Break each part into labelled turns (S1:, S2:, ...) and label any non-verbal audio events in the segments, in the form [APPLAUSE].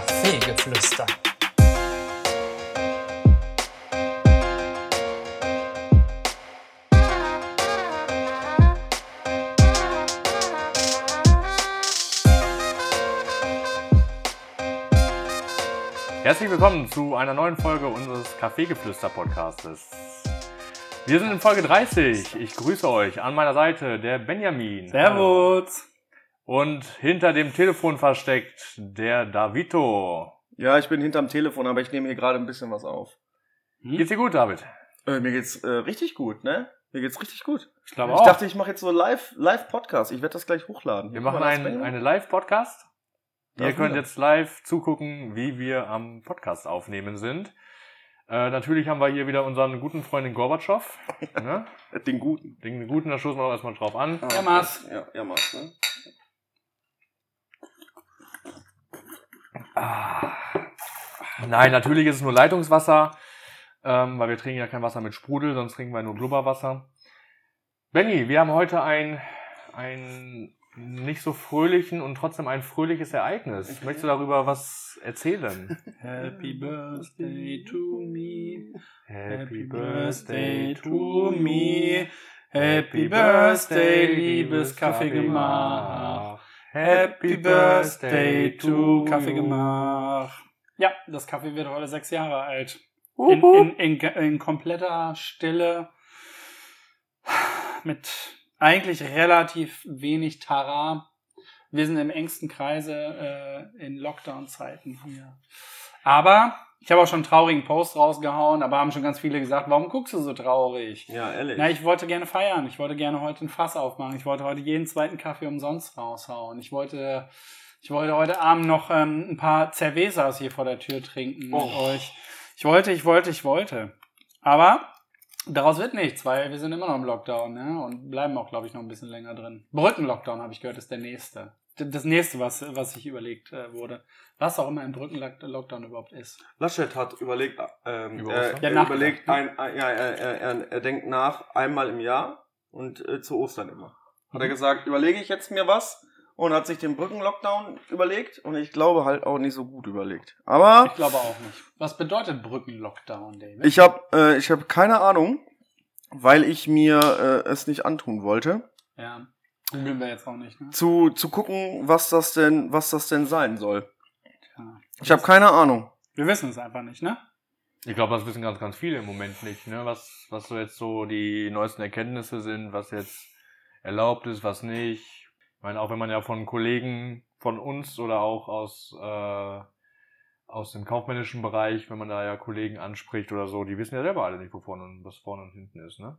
S1: Kaffeegeflüster.
S2: Herzlich willkommen zu einer neuen Folge unseres Kaffeegeflüster-Podcastes. Wir sind in Folge 30. Ich grüße euch. An meiner Seite der Benjamin. Hallo.
S3: Servus.
S2: Und hinter dem Telefon versteckt der Davito.
S4: Ja, ich bin hinterm Telefon, aber ich nehme hier gerade ein bisschen was auf.
S2: Geht's dir gut, David?
S4: Äh, mir geht's äh, richtig gut, ne? Mir geht's richtig gut.
S2: Ich glaube
S4: Ich dachte, ich mache jetzt so live Live Podcast. Ich werde das gleich hochladen.
S2: wir machen einen, einen Live-Podcast. Ihr
S4: Darf
S2: könnt
S4: man?
S2: jetzt live zugucken, wie wir am Podcast aufnehmen sind. Äh, natürlich haben wir hier wieder unseren guten Freund den
S4: [LAUGHS]
S2: Gorbatschow. ne?
S4: einen den guten.
S2: Den guten, da stoßen wir auch erstmal drauf an.
S3: Ja, Mars.
S4: Ja, ja Mars, ne?
S2: Ah. Nein, natürlich ist es nur Leitungswasser, ähm, weil wir trinken ja kein Wasser mit Sprudel, sonst trinken wir nur Blubberwasser. Benny, wir haben heute ein, ein nicht so fröhlichen und trotzdem ein fröhliches Ereignis. Möchtest du darüber was
S3: [LAUGHS]
S2: erzählen?
S3: Happy Birthday to me.
S2: Happy
S3: Happy Birthday, liebes Kaffeegemach. Happy Birthday to Kaffeegemach. Ja, das Kaffee wird heute sechs Jahre alt. In, in, in, in kompletter Stille. Mit eigentlich relativ wenig Tara. Wir sind im engsten Kreise äh, in Lockdown-Zeiten hier. Aber ich habe auch schon einen traurigen Post rausgehauen, aber haben schon ganz viele gesagt, warum guckst du so traurig?
S4: Ja, ehrlich.
S3: Na, ich wollte gerne feiern. Ich wollte gerne heute ein Fass aufmachen. Ich wollte heute jeden zweiten Kaffee umsonst raushauen. Ich wollte, ich wollte heute Abend noch ähm, ein paar Cervezas hier vor der Tür trinken mit euch. Ich wollte, ich wollte, ich wollte. Aber daraus wird nichts, weil wir sind immer noch im Lockdown ne? und bleiben auch, glaube ich, noch ein bisschen länger drin. Brückenlockdown, habe ich gehört, ist der nächste. D- Das nächste, was, was sich überlegt äh, wurde. Was auch immer ein Brückenlockdown überhaupt ist.
S4: Laschet hat überlegt, ähm,
S2: Über
S4: er,
S2: Ostern?
S3: Ja,
S4: er
S3: nach-
S4: überlegt, ein, ein, ja, er, er, er, er denkt nach einmal im Jahr und äh, zu Ostern immer. Hat
S3: Mhm.
S4: er gesagt, überlege ich jetzt mir was und hat sich den Brückenlockdown überlegt und ich glaube halt auch nicht so gut überlegt. Aber
S3: Ich glaube auch nicht. Was bedeutet Brückenlockdown, David?
S4: Ich habe äh, ich hab keine Ahnung, weil ich mir äh, es nicht antun wollte,
S3: ja. Googeln wir jetzt auch nicht, ne?
S4: zu, zu gucken, was das denn, was das denn sein soll.
S3: Ja.
S4: Ich habe keine Ahnung.
S3: Wir wissen es einfach nicht, ne?
S2: Ich glaube, das wissen ganz, ganz viele im Moment nicht, ne? Was, was so jetzt so die neuesten Erkenntnisse sind, was jetzt erlaubt ist, was nicht. Ich meine, auch wenn man ja von Kollegen von uns oder auch aus, äh, aus dem kaufmännischen Bereich, wenn man da ja Kollegen anspricht oder so, die wissen ja selber alle nicht, wo vorne und was vorne und hinten ist, ne?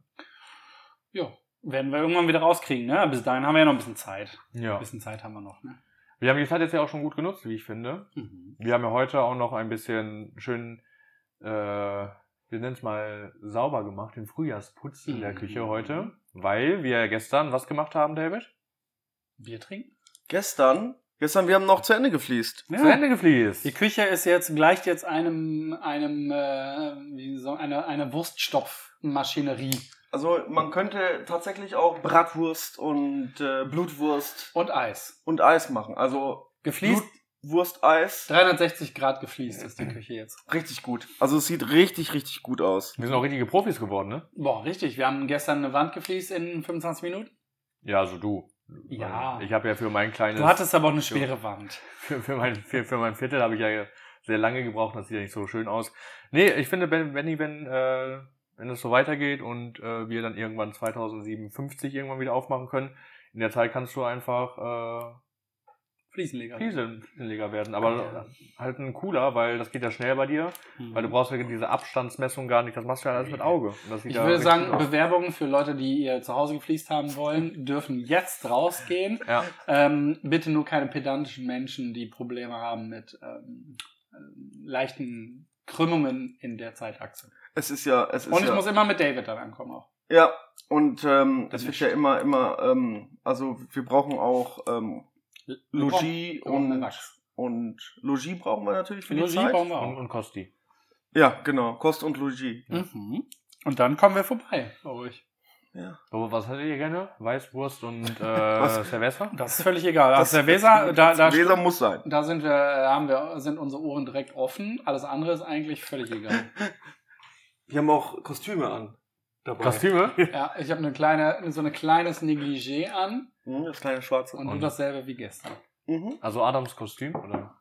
S3: Ja. Werden wir irgendwann wieder rauskriegen, ne? Bis dahin haben wir ja noch ein bisschen Zeit.
S2: Ja.
S3: Ein bisschen Zeit haben wir noch, ne? Mhm.
S2: Wir haben die Zeit jetzt ja auch schon gut genutzt, wie ich finde. Wir haben ja heute auch noch ein bisschen schön, äh, wir nennen es mal sauber gemacht, den Frühjahrsputz in der
S3: Mhm.
S2: Küche heute, weil wir gestern was gemacht haben, David?
S3: Bier trinken?
S4: Gestern, gestern, wir haben noch zu Ende gefliest.
S2: Zu Ende gefliest.
S3: Die Küche ist jetzt, gleicht jetzt einem, einem, äh, wie so, eine, eine Wurststoffmaschinerie.
S4: Also man könnte tatsächlich auch Bratwurst und äh, Blutwurst
S3: Und Eis.
S4: und Eis machen. Also
S3: Gefliest,
S4: Blutwurst-Eis,
S3: 360 Grad gefliest ist die Küche jetzt.
S4: richtig gut. Also es sieht richtig, richtig gut aus.
S2: Wir sind auch richtige Profis geworden, ne?
S3: Boah, richtig. Wir haben gestern eine Wand gefliest in 25 Minuten.
S2: Ja, also du.
S3: Ja.
S2: Ich habe ja für mein kleines,
S3: Du hattest aber auch eine schwere Wand.
S2: für, für, mein, für, für mein Viertel habe ich ja sehr lange gebraucht, das sieht ja nicht so schön aus. Nee, ich finde, Ben- Benny, wenn, äh, wenn es so weitergeht und äh, wir dann irgendwann 2057 irgendwann wieder aufmachen können, in der Zeit kannst du einfach äh,
S3: Fliesenleger.
S2: Fliesen- Fliesenleger werden,
S3: Ah,
S2: aber halt ein cooler, weil das geht ja schnell bei dir, weil
S3: Mhm.
S2: du brauchst ja diese Abstandsmessung gar nicht, das machst du ja alles mit Auge. Und das sieht
S3: Ich
S2: ja
S3: würde
S2: richtig
S3: sagen,
S2: gut aus.
S3: Bewerbungen für Leute, die ihr zu Hause gefliest haben wollen, dürfen jetzt rausgehen.
S2: ja.
S3: Ähm, bitte nur keine pedantischen Menschen, die Probleme haben mit ähm, ähm, leichten Krümmungen in der Zeitachse.
S4: Es ist ja, es ist
S3: Und ich
S4: ja.
S3: muss immer mit David dann ankommen auch.
S4: Ja, und ähm,
S3: Das
S4: es
S3: ist
S4: wird ja immer, immer, ähm, also wir brauchen auch ähm, Logis
S3: Wir brauchen- wir brauchen
S4: und,
S3: Wachs.
S4: und Logis brauchen wir natürlich für die
S3: Logis
S4: Zeit.
S3: brauchen wir
S2: Und,
S3: auch.
S2: und Kosti.
S4: Ja, genau, Kost und Logis.
S3: Mhm. Und dann kommen wir vorbei bei euch.
S4: Ja.
S2: Aber was hättet ihr gerne? Weißwurst und äh,
S3: [LAUGHS]
S4: Was?
S2: Cerveza?
S3: Das ist völlig egal.
S4: Das-
S3: Also Cerveza, da, da,
S4: Weser muss sein.
S3: da sind wir, haben wir, sind unsere Ohren direkt offen. Alles andere ist eigentlich völlig egal.
S4: Wir haben auch Kostüme an. Dabei.
S2: Kostüme?
S3: [LAUGHS] ja, ich habe eine kleine, so ein kleines Negligé an
S4: Mhm, das kleine schwarze.
S3: und du
S2: Und-
S3: dasselbe wie gestern.
S4: Mhm.
S2: Also Adams Kostüm, oder?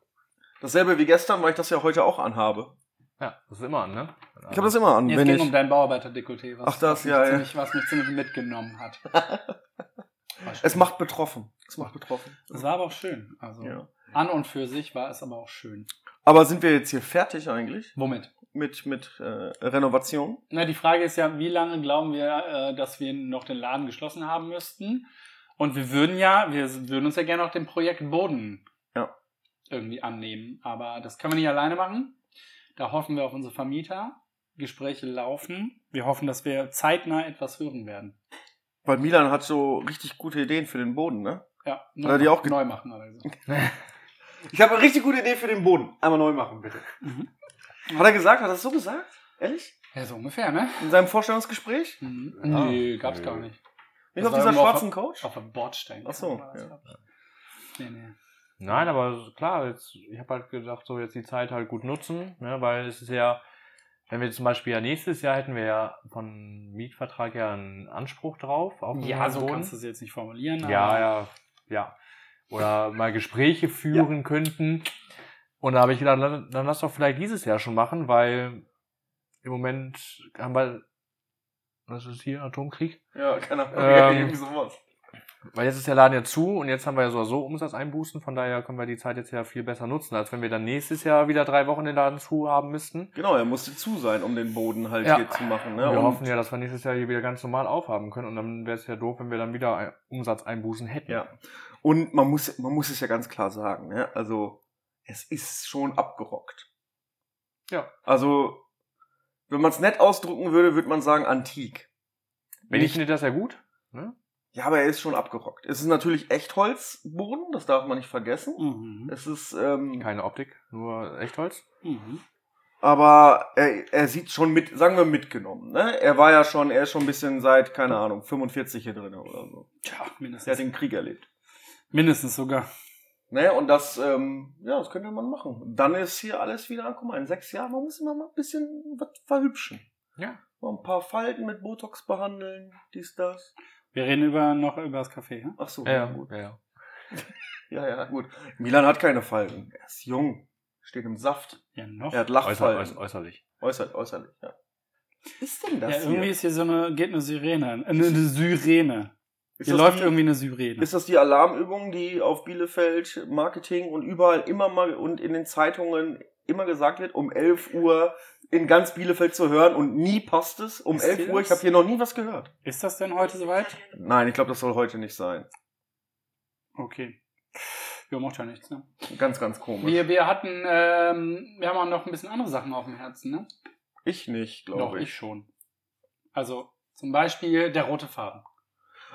S4: Dasselbe wie gestern, weil ich das ja heute auch anhabe.
S2: Ja, das ist immer an, ne?
S4: Ich habe das immer an,
S3: Nee, es
S4: wenn
S3: ging
S4: ich...
S3: um dein Bauarbeiter-Dekolleté, was,
S4: Ach, das,
S3: was, mich
S4: ja, ja.
S3: ziemlich, was mich ziemlich mitgenommen
S4: [LAUGHS]
S3: hat. War schön.
S4: es macht betroffen. Es macht betroffen.
S3: Es war aber auch schön. Also
S4: Ja.
S3: an und für sich war es aber auch schön.
S4: Aber sind wir jetzt hier fertig eigentlich?
S3: Womit?
S4: Mit, mit äh, Renovation?
S3: Na, die Frage ist ja, wie lange glauben wir, äh, dass wir noch den Laden geschlossen haben müssten? Und wir würden ja, wir würden uns ja gerne auch dem Projekt Boden
S4: Ja.
S3: irgendwie annehmen. Aber das können wir nicht alleine machen. Da hoffen wir auf unsere Vermieter. Gespräche laufen. Wir hoffen, dass wir zeitnah etwas hören werden.
S4: Weil Milan hat so richtig gute Ideen für den Boden, ne?
S3: Ja,
S4: Hat er die auch ge-
S3: neu machen oder so.
S4: Ich habe eine richtig gute Idee für den Boden. Einmal neu machen, bitte.
S3: Mhm.
S4: Hat er gesagt? Hat er das so gesagt? Ehrlich?
S3: Ja, so ungefähr, ne?
S4: In seinem Vorstellungsgespräch?
S3: Mhm.
S2: Ah.
S3: Nee, gab's gar nicht.
S4: Nicht
S3: Das
S4: auf
S3: war
S4: dieser
S3: irgendwo auf
S4: schwarzen Couch?
S3: Auf dem Bordstein.
S4: Ach so,
S3: War das,
S4: ja.
S3: glaub ich. Nee, nee.
S2: Nein, aber klar, jetzt, ich habe halt gedacht, so jetzt die Zeit halt gut nutzen, ne, weil es ist ja, wenn wir zum Beispiel ja nächstes Jahr hätten wir ja von Mietvertrag ja einen Anspruch drauf. Auf den
S3: Ja, so
S2: Wohnen.
S3: kannst du es jetzt nicht formulieren.
S2: Ja, ja, ja. Oder mal Gespräche führen könnten. Und da habe ich gedacht, la- dann lass doch vielleicht dieses Jahr schon machen, weil im Moment haben wir, was ist hier, Atomkrieg?
S4: Ja, keine Ahnung.
S2: Ähm,
S4: [LAUGHS] Irgendwie sowas.
S2: Weil jetzt ist der Laden ja zu und jetzt haben wir ja so Umsatzeinbußen, von daher können wir die Zeit jetzt ja viel besser nutzen, als wenn wir dann nächstes Jahr wieder drei Wochen den Laden zu haben müssten.
S4: Genau, er musste zu sein, um den Boden halt
S2: Ja.
S4: hier zu machen. Ne?
S2: Wir
S4: Und-
S2: hoffen ja, dass wir nächstes Jahr hier wieder ganz normal aufhaben können und dann wäre es ja doof, wenn wir dann wieder ein- Umsatzeinbußen hätten.
S4: Ja. Und man muss, man muss es ja ganz klar sagen, ne? Also, es ist schon abgerockt.
S2: Ja.
S4: Also, wenn man es nett ausdrücken würde, würde man sagen antik.
S2: Wenn ich finde das ja gut.
S4: Ja, aber er ist schon abgerockt. Es ist natürlich Echtholzboden, das darf man nicht vergessen.
S3: Mhm.
S4: Es ist, ähm,
S2: Keine Optik, nur Echtholz.
S3: Mhm.
S4: aber er, er sieht schon mit, sagen wir mitgenommen, ne? Er war ja schon, er ist schon ein bisschen seit, keine Ahnung, 45 hier drin oder so.
S3: Tja,
S4: Er hat
S3: mindestens.
S4: den Krieg erlebt.
S3: mindestens sogar.
S4: Ne, und das, ähm, ja, das könnte man machen. Dann ist hier alles wieder, guck mal, in sechs Jahren, man muss immer mal ein bisschen was verhübschen.
S2: Ja.
S4: Mal ein paar Falten mit Botox behandeln, dies, das.
S3: Wir reden über, noch über das Café. Ja?
S4: Ach so,
S2: Ja,
S4: gut.
S2: ja, ja.
S4: Ja, ja, gut. Milan hat keine Falten. Er ist jung, steht im Saft.
S3: ja, noch.
S4: Er hat
S2: Äußer,
S4: Lachfalten.
S2: äuß, äußerlich.
S4: Äußerlich, äußerlich, ja. Was ist denn
S3: ja,
S4: das
S3: irgendwie
S4: hier?
S3: ist hier so eine, geht eine Sirene. Eine, eine Sirene.
S4: Ist
S3: Hier
S4: das
S3: läuft
S4: die,
S3: irgendwie eine Sirene.
S4: Ist das die Alarmübung, die auf Bielefeld Marketing und überall immer mal und in den Zeitungen immer gesagt wird, um 11 Uhr in ganz Bielefeld zu hören und nie passt es um
S3: Ist
S4: 11
S3: die
S4: Uhr? Ich
S3: das?
S4: habe hier noch nie was gehört.
S3: ist das denn heute soweit?
S4: Nein, ich glaube, das soll heute nicht sein.
S3: Okay. Ja, macht ja nichts, ne?
S4: Ganz, ganz komisch.
S3: Wir, wir hatten, ähm, wir haben auch noch ein bisschen andere Sachen auf dem Herzen, ne?
S4: ich nicht,
S3: Doch,
S4: glaube
S3: ich.
S4: ich.
S3: schon. Also, zum Beispiel der rote Faden.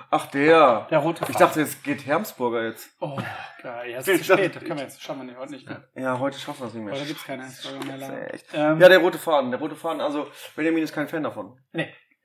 S4: Ach, der.
S3: Der rote Faden.
S4: Ich dachte, es geht Hermsburger jetzt. [LAUGHS]
S3: Oh, geil. Ja, es
S4: Ich
S3: ist zu
S4: dachte-
S3: spät. Das können wir jetzt. Schaffen wir nicht, heute nicht mehr.
S4: Ja, heute schaffen wir es nicht mehr.
S3: Heute gibt's keine Hermsburger mehr, leider.
S4: Echt.
S3: Ähm,
S4: Ja, der rote Faden. Der rote Faden, also Benjamin ist kein Fan davon.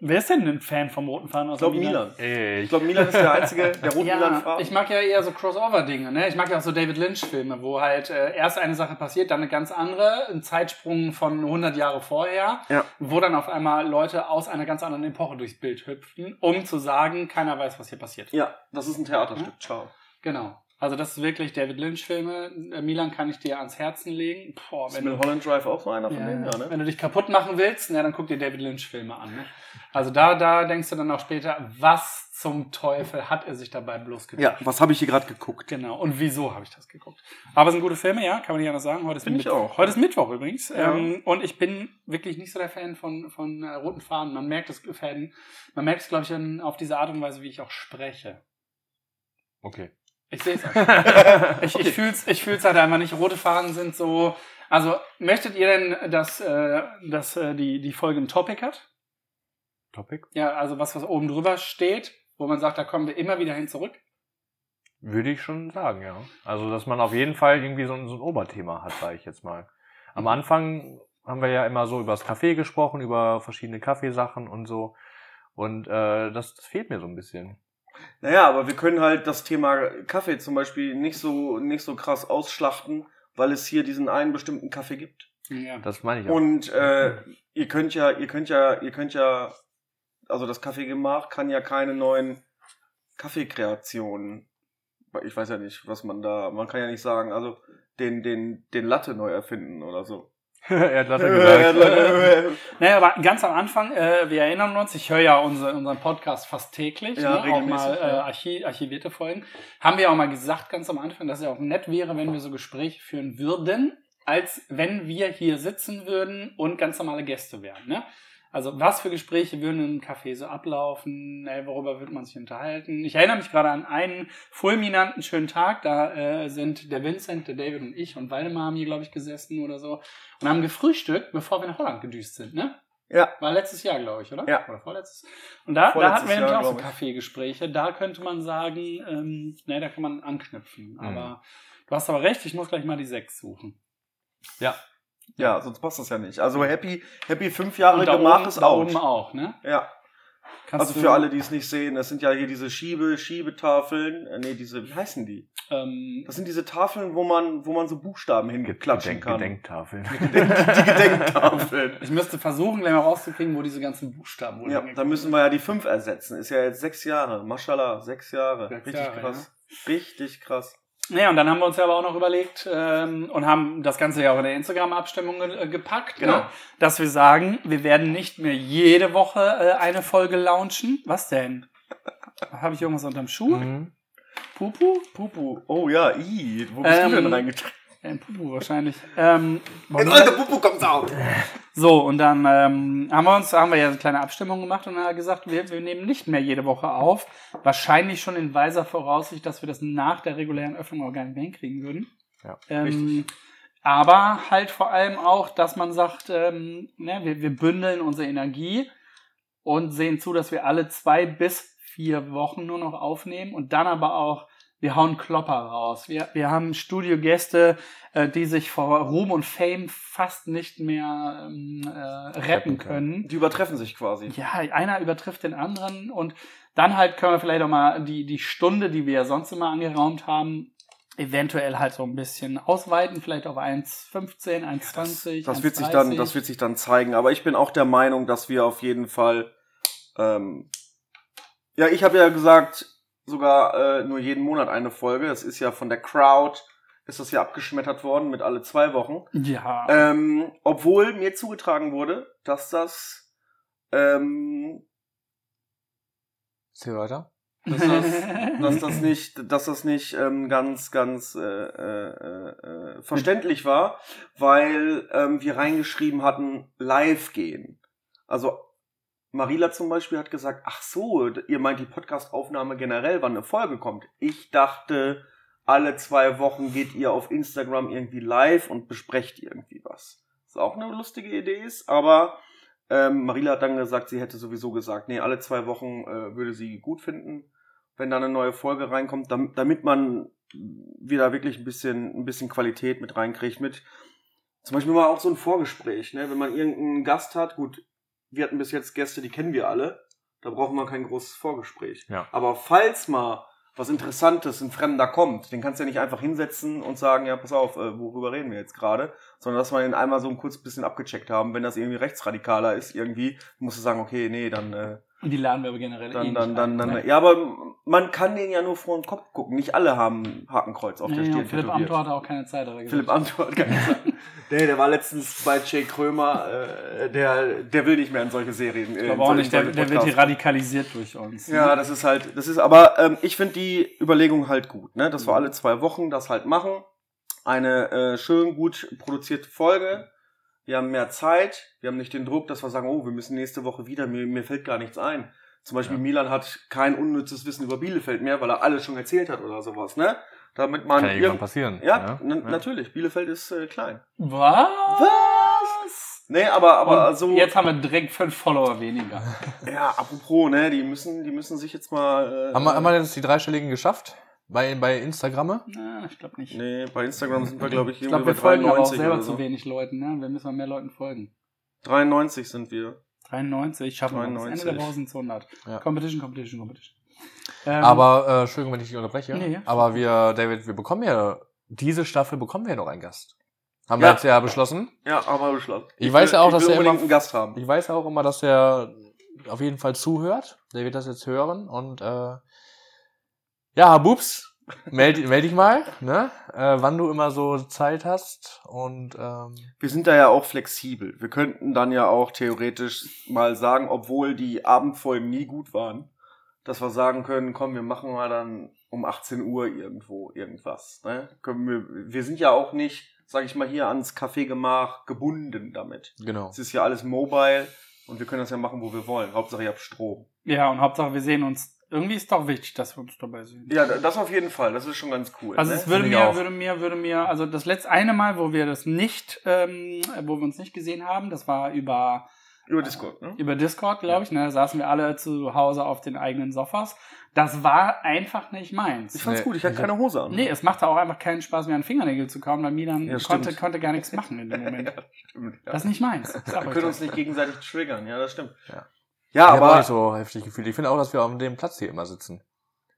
S3: Wer ist denn ein Fan vom roten Faden aus
S4: Ich glaube,
S3: dem
S4: Milan. Ich
S2: Ich
S4: glaube, Milan ist der einzige, der rote Milan
S3: Ja,
S4: Faden.
S3: ich mag ja eher so Crossover-Dinge. Ne? Ich mag ja auch so David Lynch-Filme, wo halt äh, erst eine Sache passiert, dann eine ganz andere, ein Zeitsprung von 100 Jahre vorher,
S4: Ja.
S3: wo dann auf einmal Leute aus einer ganz anderen Epoche durchs Bild hüpfen, um zu sagen, keiner weiß, was hier passiert.
S4: ja, das ist ein
S3: Hm?
S4: Theaterstück. Ciao.
S3: Genau. Also das ist wirklich David Lynch-Filme. Äh, Milan kann ich dir ans Herzen legen. Boah,
S4: Ist
S3: wenn du
S4: mit Holland Drive auch so einer von
S3: Ja,
S4: denen? Ja,
S3: ja.
S4: ne?
S3: Wenn du dich kaputt machen willst, na, dann guck dir David Lynch-Filme an. Ne? Also da, da denkst du dann auch später, was zum Teufel hat er sich dabei bloß gedacht?
S4: Ja, was habe ich hier gerade geguckt?
S3: Genau. Und wieso habe ich das geguckt? Aber es sind gute Filme, ja, kann man nicht anders sagen. Heute ist,
S4: Finde ich
S3: Mittwoch.
S4: auch.
S3: Heute ist Mittwoch übrigens.
S4: Ja.
S3: Ähm, und ich bin wirklich nicht so der Fan von, von äh, roten Fahnen. Man merkt es, Fäden. Man merkt es, glaube ich, an, auf diese Art und Weise, wie ich auch spreche.
S2: Okay.
S3: Ich sehe
S4: [LAUGHS]
S3: es einfach. [LAUGHS] Ich, ich fühle es ich fühl's halt einfach nicht. Rote Fahnen sind so. Also, möchtet ihr denn, dass, äh, dass äh, die, die Folge ein Topic hat?
S2: Topic?
S3: Ja, also was, was oben drüber steht, wo man sagt, da kommen wir immer wieder hin zurück.
S2: Würde ich schon sagen, ja. Also, dass man auf jeden Fall irgendwie so ein, so ein Oberthema hat, sage ich jetzt mal.
S4: Mhm.
S2: Am Anfang haben wir ja immer so über das Kaffee gesprochen, über verschiedene Kaffeesachen und so. Und äh, das, das fehlt mir so ein bisschen.
S4: Naja, aber wir können halt das Thema Kaffee zum Beispiel nicht so, nicht so krass ausschlachten, weil es hier diesen einen bestimmten Kaffee gibt.
S3: Ja.
S2: Das meine ich auch.
S4: Und äh, ihr könnt ja, ihr könnt ja, ihr könnt ja, also das Kaffeegemach kann ja keine neuen Kaffeekreationen. Ich weiß ja nicht, was man da, man kann ja nicht sagen, also den, den, den Latte neu erfinden oder so.
S2: [LAUGHS] er
S4: [LAUGHS]
S2: hat Latte
S4: Äh,
S2: gesagt.
S4: [LAUGHS] Latte, äh,
S3: Naja, aber ganz am Anfang, äh, wir erinnern uns, ich höre ja unsere, unseren Podcast fast täglich,
S4: Ja,
S3: ne? auch
S4: regelmäßig,
S3: mal äh,
S4: ja.
S3: archi archivierte Folgen. Haben wir auch mal gesagt ganz am Anfang, dass es ja auch nett wäre, wenn wir so Gespräche führen würden, als wenn wir hier sitzen würden und ganz normale Gäste wären. Ne? Also was für Gespräche würden im Café so ablaufen? Ey, worüber wird man sich unterhalten? Ich erinnere mich gerade an einen fulminanten schönen Tag. Da äh, sind der Vincent, der David und ich und Waldemar haben hier, glaube ich, gesessen oder so und haben gefrühstückt, bevor wir nach Holland gedüst sind, ne?
S4: Ja.
S3: War letztes Jahr, glaube ich, oder?
S4: Ja.
S3: Oder vorletztes. Und da, da
S4: Vorletztes
S3: hatten wir nämlich
S4: Jahr,
S3: auch so
S4: glaub ich.
S3: Kaffeegespräche. Da könnte man sagen, ähm, ne, da kann man
S4: Mhm.
S3: anknüpfen. Aber du hast aber recht, ich muss gleich mal die sechs suchen.
S4: ja, sonst passt das ja nicht. Also Happy, Happy fünf Jahre
S3: und da
S4: Gemach
S3: oben,
S4: ist
S3: da oben
S4: out.
S3: auch, ne?
S4: Ja,
S3: Kannst
S4: also
S3: du,
S4: für alle, die es nicht sehen, das sind ja hier diese Schiebe, Schiebetafeln. Äh, nee, diese, wie heißen die?
S3: Ähm,
S4: Das sind diese Tafeln, wo man, wo man so Buchstaben hinklatschen
S2: Gedenk,
S4: kann.
S2: Gedenktafeln.
S4: [LAUGHS]
S2: [LAUGHS]
S4: Die
S3: [LAUGHS]
S4: Gedenktafeln.
S3: ich müsste versuchen, gleich mal rauszukriegen, wo diese ganzen Buchstaben wohl
S4: Ja,
S3: hingehen.
S4: da müssen wir ja die fünf ersetzen. Ist ja jetzt sechs Jahre. Maschallah, sechs Jahre.
S3: Sechs
S4: Richtig
S3: Jahre,
S4: krass. Richtig krass.
S3: Ja, und dann haben wir uns ja aber auch noch überlegt ähm, und haben das Ganze ja auch in der Instagram-Abstimmung ge äh, gepackt, ne?
S4: Genau.
S3: dass wir sagen, wir werden nicht mehr jede Woche äh, eine Folge launchen. Was denn? Habe ich irgendwas unterm Schuh?
S2: Mhm.
S3: Pupu?
S4: Pupu. Oh ja, i. Wo bist
S3: Ähm,
S4: du denn reingetreten?
S3: Ja, ein Pupu wahrscheinlich. Ähm, wollen
S4: Jetzt
S3: wir-
S4: alte Pupu kommt's out.
S3: so, und dann ähm, haben wir uns, haben wir ja eine kleine Abstimmung gemacht und haben gesagt, wir, wir nehmen nicht mehr jede Woche auf. Wahrscheinlich schon in weiser Voraussicht, dass wir das nach der regulären Öffnung auch gar nicht mehr hinkriegen würden.
S2: Ja,
S3: ähm,
S4: richtig.
S3: aber halt vor allem auch, dass man sagt, ähm, ne, wir, wir bündeln unsere Energie und sehen zu, dass wir alle zwei bis vier Wochen nur noch aufnehmen und dann aber auch, wir hauen Klopper raus. Wir, wir haben Studiogäste, äh, die sich vor Ruhm und Fame fast nicht mehr ähm, äh, retten
S2: Retten
S3: können.
S4: Die übertreffen sich quasi.
S3: Ja, einer übertrifft den anderen und dann halt können wir vielleicht auch mal die, die Stunde, die wir ja sonst immer angeraumt haben, eventuell halt so ein bisschen ausweiten, vielleicht auf 1,15, 1,20.
S4: Das wird sich dann, das wird sich dann zeigen. Aber ich bin auch der Meinung, dass wir auf jeden Fall, ähm, ja, ich habe ja gesagt, sogar äh, nur jeden Monat eine Folge. Das ist ja von der Crowd, ist das ja abgeschmettert worden mit alle zwei Wochen.
S3: Ja.
S4: Ähm, obwohl mir zugetragen wurde, dass das, ähm,
S2: Zieh weiter.
S4: dass
S3: [LAUGHS]
S4: das, [LAUGHS] dass das nicht, dass das nicht ähm, ganz, ganz äh, äh, äh, verständlich war, weil ähm, wir reingeschrieben hatten, live gehen. Also Marila zum Beispiel hat gesagt, ach so, ihr meint die Podcast-Aufnahme generell, wann eine Folge kommt. Ich dachte, alle zwei Wochen geht ihr auf Instagram irgendwie live und besprecht irgendwie was. Was auch eine lustige Idee ist, aber ähm, Marila hat dann gesagt, sie hätte sowieso gesagt, nee, alle zwei Wochen äh, würde sie gut finden, wenn da eine neue Folge reinkommt, dam- damit man wieder wirklich ein bisschen, ein bisschen Qualität mit reinkriegt. Mit zum Beispiel mal auch so ein Vorgespräch, ne? wenn man irgendeinen Gast hat, gut, wir hatten bis jetzt Gäste, die kennen wir alle, da brauchen wir kein großes Vorgespräch.
S2: Ja.
S4: Aber falls mal was Interessantes, ein Fremder kommt, den kannst du ja nicht einfach hinsetzen und sagen, ja, pass auf, äh, worüber reden wir jetzt gerade, sondern dass man ihn einmal so ein kurz bisschen abgecheckt haben. Wenn das irgendwie rechtsradikaler ist, irgendwie, musst du sagen, okay, nee, dann, äh,
S3: die laden wir aber generell eh
S4: dann,
S3: nicht
S4: dann, dann,
S3: ein,
S4: dann,
S3: ne?
S4: Ja, aber man kann den ja nur vor den Kopf gucken. Nicht alle haben Hakenkreuz auf
S3: Ja,
S4: der
S3: ja,
S4: Stirn.
S3: Philipp
S4: tätowiert.
S3: Amthor hatte auch keine Zeit. hat er gesagt.
S4: Philipp Amthor hat keine Zeit. [LAUGHS] Nee, der war letztens bei Jay Krömer, äh, der, der will nicht mehr in solche Serien.
S3: Ich
S4: Äh, in
S3: glaube auch
S4: solche-
S3: nicht, der,
S4: solche
S3: der wird
S4: Podcasts.
S3: hier radikalisiert durch uns. ne?
S2: Mhm.
S4: Ja, das ist halt, das ist, aber ähm, ich finde die Überlegung halt gut, ne? Dass wir
S3: Mhm.
S4: alle zwei Wochen das halt machen. Eine äh, schön gut produzierte Folge. Wir haben mehr Zeit, wir haben nicht den Druck, dass wir sagen, oh, wir müssen nächste Woche wieder, mir, mir fällt gar nichts ein. Zum Beispiel
S2: Ja.
S4: Milan hat kein unnützes Wissen über Bielefeld mehr, weil er alles schon erzählt hat oder sowas, ne? Damit man.
S2: Kann ja irgendwann passieren.
S4: ja,
S2: ne?
S4: na- natürlich, Bielefeld ist äh, klein.
S3: Was?
S4: Nee, aber, aber also-
S3: Und
S4: so.
S3: Jetzt haben wir direkt fünf Follower weniger.
S4: Ja, apropos, ne? Die müssen, die müssen sich jetzt mal. Äh,
S2: Haben wir, haben wir jetzt die dreistelligen geschafft? Bei, bei Instagramme?
S3: Na, ich glaube nicht.
S4: Nee, bei Instagram sind wir, glaube ich,
S3: Ich
S4: irgendwie
S3: glaube, wir
S4: bei
S3: folgen aber auch
S4: 93
S3: selber
S4: oder so.
S3: zu wenig Leuten. Ne? Wir müssen mal mehr Leuten folgen.
S4: 93 sind wir.
S3: 93, schaffen wir noch. Bis Ende
S4: 93.
S3: der Woche sind 100.
S2: Ja.
S3: Competition, Competition, Competition. Ähm,
S2: Aber, äh, Entschuldigung, wenn ich dich unterbreche.
S3: Nee.
S2: Aber wir, David, wir bekommen ja, diese Staffel bekommen wir ja noch einen Gast. Haben
S4: Ja.
S2: wir jetzt ja beschlossen.
S4: Ja, aber beschlossen.
S2: Ich weiß ja auch, dass
S4: ich will
S2: der
S4: unbedingt
S2: immer-
S4: einen Gast haben.
S2: Ich weiß auch immer, dass er auf jeden Fall zuhört. Der wird das jetzt hören und äh, ja, Habubs, meld, [LAUGHS] meld dich mal, ne? Äh, wann du immer so Zeit hast und ähm,
S4: Wir sind da ja auch flexibel. Wir könnten dann ja auch theoretisch mal sagen, obwohl die Abendfolgen nie gut waren, dass wir sagen können, komm, wir machen mal dann um 18 Uhr irgendwo irgendwas. Ne? Können wir, wir sind ja auch nicht, sag ich mal, hier ans Kaffeegemach gebunden damit.
S2: genau.
S4: Es ist ja alles mobile und wir können das ja machen, wo wir wollen. Hauptsache, ich hab Strom.
S3: Ähm, ja, und Hauptsache, wir sehen uns. Irgendwie ist doch wichtig, dass wir uns dabei sehen.
S4: Ja, das auf jeden Fall. Das ist schon ganz cool.
S3: Also
S4: ne?
S3: es würde
S2: Finde ich
S3: mir,
S2: auch.
S3: würde mir, würde mir, also das letzte eine Mal, wo wir das nicht, ähm, wo wir uns nicht gesehen haben, das war über
S4: Über Discord, ne?
S3: über Discord, glaube ich, ne, saßen wir alle zu Hause auf den eigenen Sofas. Das war einfach nicht meins.
S4: Ich fand's
S2: Nee,
S4: gut, ich hatte
S2: ich
S4: keine Hose an.
S3: ne, Nee, es machte auch einfach keinen Spaß mehr an Fingernägel zu kauen, weil Milan
S4: Ja, stimmt.
S3: konnte, konnte gar nichts machen in dem Moment.
S4: Stimmt, [LAUGHS] ja.
S3: Das ist nicht meins. Ich sag
S4: Wir
S3: euch
S4: können
S3: das.
S4: uns nicht gegenseitig triggern, ja, das stimmt.
S2: Ja.
S4: Ja,
S2: ich habe
S4: aber
S2: nicht so heftig gefühlt. Ich finde auch, dass wir auf dem Platz hier immer sitzen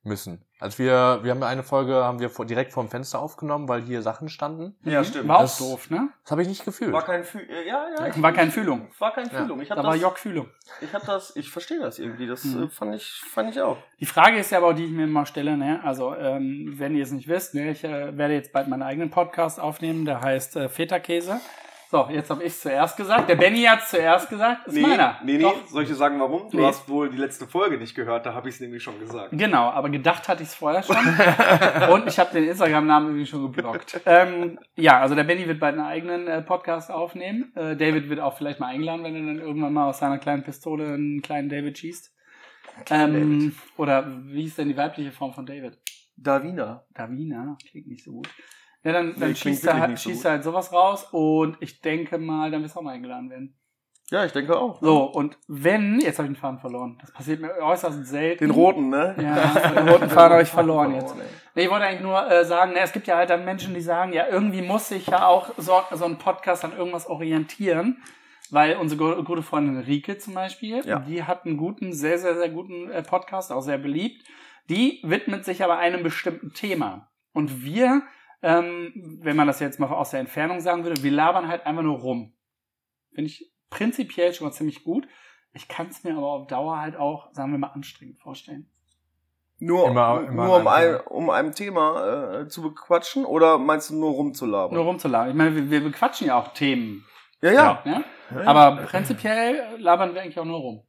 S2: müssen. Als wir, wir haben ja eine Folge, haben wir vor, direkt vorm Fenster aufgenommen, weil hier Sachen standen.
S4: Ja, stimmt.
S3: Mhm. War auch
S2: Das-
S3: doof, ne?
S2: Das habe ich nicht gefühlt.
S4: war kein Fühl, äh, ja, ja, ich-
S3: War keine Fühlung.
S4: War kein
S2: Ja.
S4: Fühlung. Ich hab
S3: Da war
S4: das,
S3: Jock Fühlung.
S4: ich hab das, ich verstehe das irgendwie. Das
S3: Mhm.
S4: äh, fand ich, fand ich auch.
S3: Die Frage ist ja aber, die ich mir immer stelle, ne? also ähm, wenn ihr es nicht wisst, ne? ich äh, werde jetzt bald meinen eigenen Podcast aufnehmen, der heißt äh, Feta-Käse. So, jetzt habe ich zuerst gesagt. Der Benny hat zuerst gesagt. Ist meiner.
S4: nee, nee.
S3: Doch.
S4: Soll ich dir sagen, warum? Du
S3: Nee.
S4: hast wohl die letzte Folge nicht gehört, da habe ich es nämlich schon gesagt.
S3: Genau, aber gedacht hatte ich es vorher
S4: [LAUGHS]
S3: schon. Und ich habe den Instagram-Namen irgendwie schon geblockt. Ähm, ja, also der Benny wird bald einen eigenen äh, Podcast aufnehmen. Äh, David wird auch vielleicht mal eingeladen, wenn er dann irgendwann mal aus seiner kleinen Pistole einen kleinen David schießt. Ähm,
S4: David.
S3: Oder wie ist denn die weibliche Form von David?
S4: Davina.
S3: Davina, klingt nicht so gut. Ja, dann,
S4: Nee,
S3: dann
S4: klingt
S3: schießt,
S4: wirklich
S3: er, halt-
S4: nicht so
S3: schießt
S4: gut.
S3: er halt sowas raus und ich denke mal, dann wirst du auch mal eingeladen werden.
S4: Ja, ich denke auch.
S3: So, und wenn, jetzt habe ich den Faden verloren. Das passiert mir äußerst selten.
S4: Den roten, ne?
S3: Ja, den roten Faden habe ich verloren jetzt.
S4: ey.
S3: Nee, ich wollte eigentlich nur äh, sagen, ne, es gibt ja halt dann Menschen, die sagen, ja, irgendwie muss sich ja auch so, so ein Podcast an irgendwas orientieren. Weil unsere gu- gute Freundin Rike zum Beispiel,
S4: Ja.
S3: die hat einen guten, sehr, sehr, sehr guten äh, Podcast, auch sehr beliebt. Die widmet sich aber einem bestimmten Thema. Und wir, ähm, wenn man das jetzt mal aus der Entfernung sagen würde, wir labern halt einfach nur rum. Finde ich prinzipiell schon mal ziemlich gut. Ich kann es mir aber auf Dauer halt auch, sagen wir mal, anstrengend vorstellen.
S4: Nur,
S2: Immer- immer
S4: nur um,
S2: an einem
S4: ein, um einem Thema äh, zu bequatschen oder meinst du nur rumzulabern?
S3: Nur rumzulabern. Ich meine, wir, wir bequatschen ja auch Themen.
S4: Ja, ja,
S3: Ne?
S4: ja.
S3: Aber prinzipiell labern wir eigentlich auch nur rum.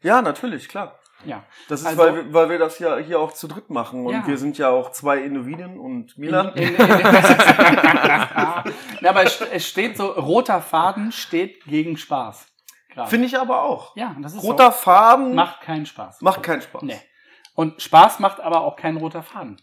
S4: Ja, natürlich, klar.
S3: Ja.
S4: Das ist,
S3: Also-
S4: weil, wir, weil wir das ja hier auch zu dritt machen. Und
S3: Ja.
S4: wir sind ja auch zwei Indoviden und Milan.
S3: In, [LAUGHS] in, in, Na, aber es, es steht so, roter Faden steht gegen Spaß. Gerade.
S4: Finde ich aber auch.
S3: ja, das ist
S4: Roter
S3: so.
S4: Farben macht,
S3: Macht keinen Spaß.
S4: keinen Spaß.
S3: Nee. Und Spaß macht aber auch kein roter Faden.